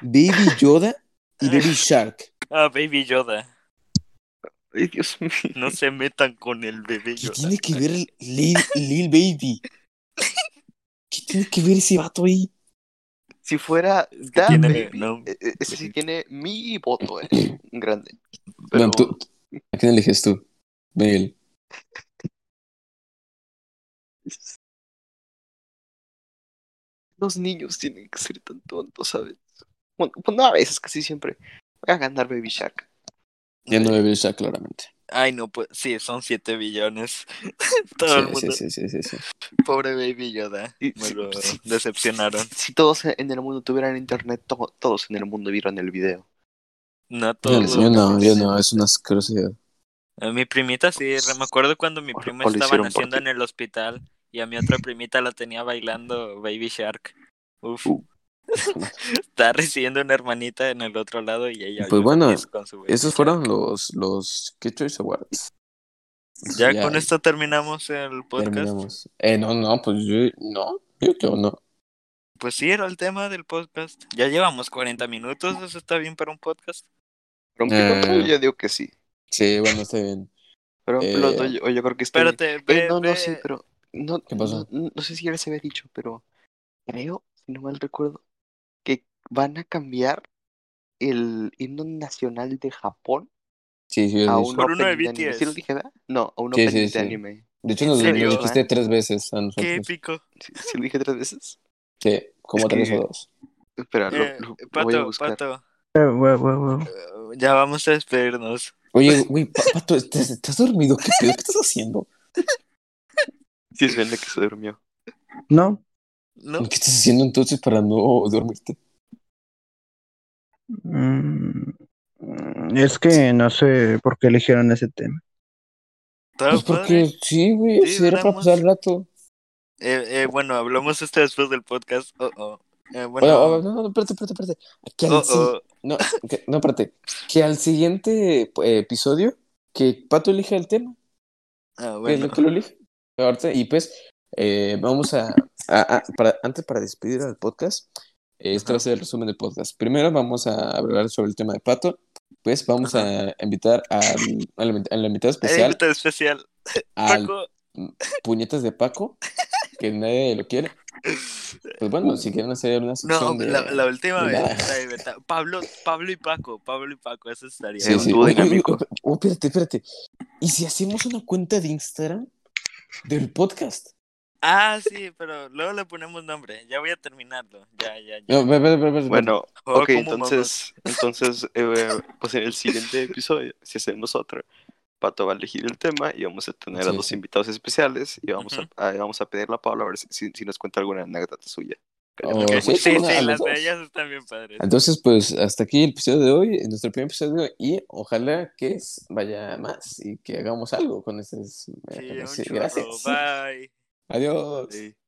S2: Baby Yoda y Baby Shark.
S1: Ah, Baby Yoda.
S3: Ay, Dios mío.
S1: No se metan con el bebé
S2: ¿Qué
S1: Yoda.
S2: tiene que ver Lil, Lil Baby? ¿Qué tiene que ver ese vato ahí?
S3: Si fuera
S1: que
S3: Da
S1: tiene-
S3: Baby,
S1: no.
S3: eh, eh, ese sí tiene mi voto, eh. Grande.
S2: Bueno, tú, ¿A quién eliges tú, Miguel?
S3: Los niños tienen que ser tan tontos, ¿sabes? Bueno, bueno, a veces, casi siempre. Va a ganar Baby Shark.
S2: Ya no Baby Shark, claramente.
S1: Ay, no, pues sí, son 7 billones. Todo el
S2: Sí,
S1: mundo.
S2: sí, sí, sí, sí, sí.
S1: Pobre Baby Yoda.
S3: Y-
S1: Me
S3: sí,
S1: lo
S3: sí,
S1: decepcionaron.
S3: Si todos en el mundo tuvieran internet, to- todos en el mundo vieron el video.
S1: No
S2: Yo,
S1: todos.
S2: yo no, yo no, es una asquerosidad.
S1: A mi primita sí, re- me acuerdo cuando mi
S3: O-
S1: prima
S3: o lo
S1: estaba
S3: hicieron por
S1: naciendo
S3: ti.
S1: en el hospital y a mi otra primita la tenía bailando Baby Shark. Uf.
S2: Uh.
S1: Está recibiendo una hermanita en el otro lado y ella.
S2: Pues
S1: llora
S2: bueno,
S1: feliz con su Baby
S2: Esos
S1: Shark.
S2: fueron los, los ¿Qué Choice Awards?
S1: Ya, con esto terminamos el podcast.
S2: terminamos. Eh, no, no, pues yo, no, yo creo no.
S1: Pues sí, era el tema del podcast. Ya llevamos 40 minutos, eso está bien para un podcast.
S3: Pero un piloto,
S2: Eh.
S3: yo digo que sí.
S2: Sí, bueno, está bien.
S3: Pero un
S2: Eh.
S3: piloto, yo, yo creo que está bien.
S1: Espérate,
S3: Eh,
S1: ve,
S3: no, no,
S1: ve.
S3: sí, pero. No,
S2: ¿Qué pasó?
S3: No, no sé si ya les había dicho, pero creo, si no mal recuerdo, que van a cambiar el himno nacional de Japón
S2: Sí, sí, yo
S3: a
S2: lo
S3: un
S2: dije.
S1: Por uno de
S3: opening anime. ¿Sí lo
S1: BTS.
S3: dije, verdad? No, a un
S2: Sí, sí,
S3: opening
S2: sí.
S3: de anime.
S2: De hecho,
S1: ¿En
S2: nos lo
S1: serio? eh?
S2: dijiste tres veces a
S1: Qué
S2: nosotros.
S1: épico.
S3: ¿Sí, sí lo dije tres veces?
S2: Sí, como
S3: Es
S2: tres
S3: que-
S2: o dos.
S3: Espera, lo,
S1: Eh,
S3: lo- lo voy a
S1: Pato,
S3: buscar.
S1: Pato,
S4: Eh, güey, güey, güey.
S1: eh, ya vamos a despedirnos.
S2: Oye,
S1: pues
S2: güey, Pa- Pato, ¿estás, estás dormido? ¿Qué pedo? ¿Qué estás haciendo?
S3: Sí, es verdad que se durmió.
S4: No,
S1: ¿No?
S2: ¿Qué estás haciendo entonces para no dormirte?
S4: mm, mm, es que no sé por qué eligieron ese tema.
S1: Está
S2: Pues
S1: Ah, padre.
S2: porque sí, güey,
S1: Sí,
S2: sí, era para
S1: hablamos.
S2: pasar el rato.
S1: Eh, eh, bueno, hablamos esto después del podcast. Oh, oh. Eh,
S2: Bueno,
S1: bueno,
S2: no, no, no, espérate, espérate, espérate. Que al
S1: oh,
S2: si-
S1: oh.
S2: No, que- no, espérate. Que al siguiente eh, episodio, que Pato elija el tema.
S1: Ah,
S2: que
S1: bueno.
S2: lo que lo elija. Ahorita, y pues, eh, vamos a. a- a- para, antes, para despedir al podcast, eh, este va a ser el resumen del podcast. Primero, vamos a hablar sobre el tema de Pato. Pues vamos a invitar al, a la, a la invitada
S1: Eh,
S2: especial,
S1: invitado especial.
S2: al
S1: Paco,
S2: Puñetas de Paco, que nadie lo quiere. Pues bueno, si quieren hacer una
S1: no,
S2: sección de-
S1: la, la última
S2: de
S1: vez.
S2: nada.
S1: está inventado. Pablo, Pablo y Paco, Pablo y Paco, eso estaría.
S3: Sí,
S1: bueno.
S3: sí. dúo
S2: Oye,
S3: dinámico.
S2: oye, oye, espérate, espérate. ¿Y si hacemos una cuenta de Instagram del podcast?
S1: Ah, sí, pero luego le ponemos nombre. Ya voy a terminarlo. Ya, ya, ya.
S2: No, ve, ve, ve, ve, ve.
S3: Bueno,
S1: Juego
S3: ok,
S1: como
S3: entonces, entonces eh, pues en el siguiente episodio, si hacemos otro, Pato va a elegir el tema y vamos a tener a
S2: Sí.
S3: dos invitados especiales y vamos,
S1: Ujú.
S3: a, a- vamos a pedirle a Pablo a ver si, si- si nos cuenta alguna anécdota suya.
S2: Oh,
S1: Ok,
S2: sí,
S1: Sí, sí,
S2: bueno, a los
S1: las
S2: dos.
S1: de ellas están bien padres.
S2: Entonces, pues hasta aquí el episodio de hoy, nuestro primer episodio, y ojalá que s- vaya más y que hagamos algo con este.
S1: Sí, un
S2: sí,
S1: churro.
S2: gracias.
S1: Bye.
S2: Adiós.
S3: Sí.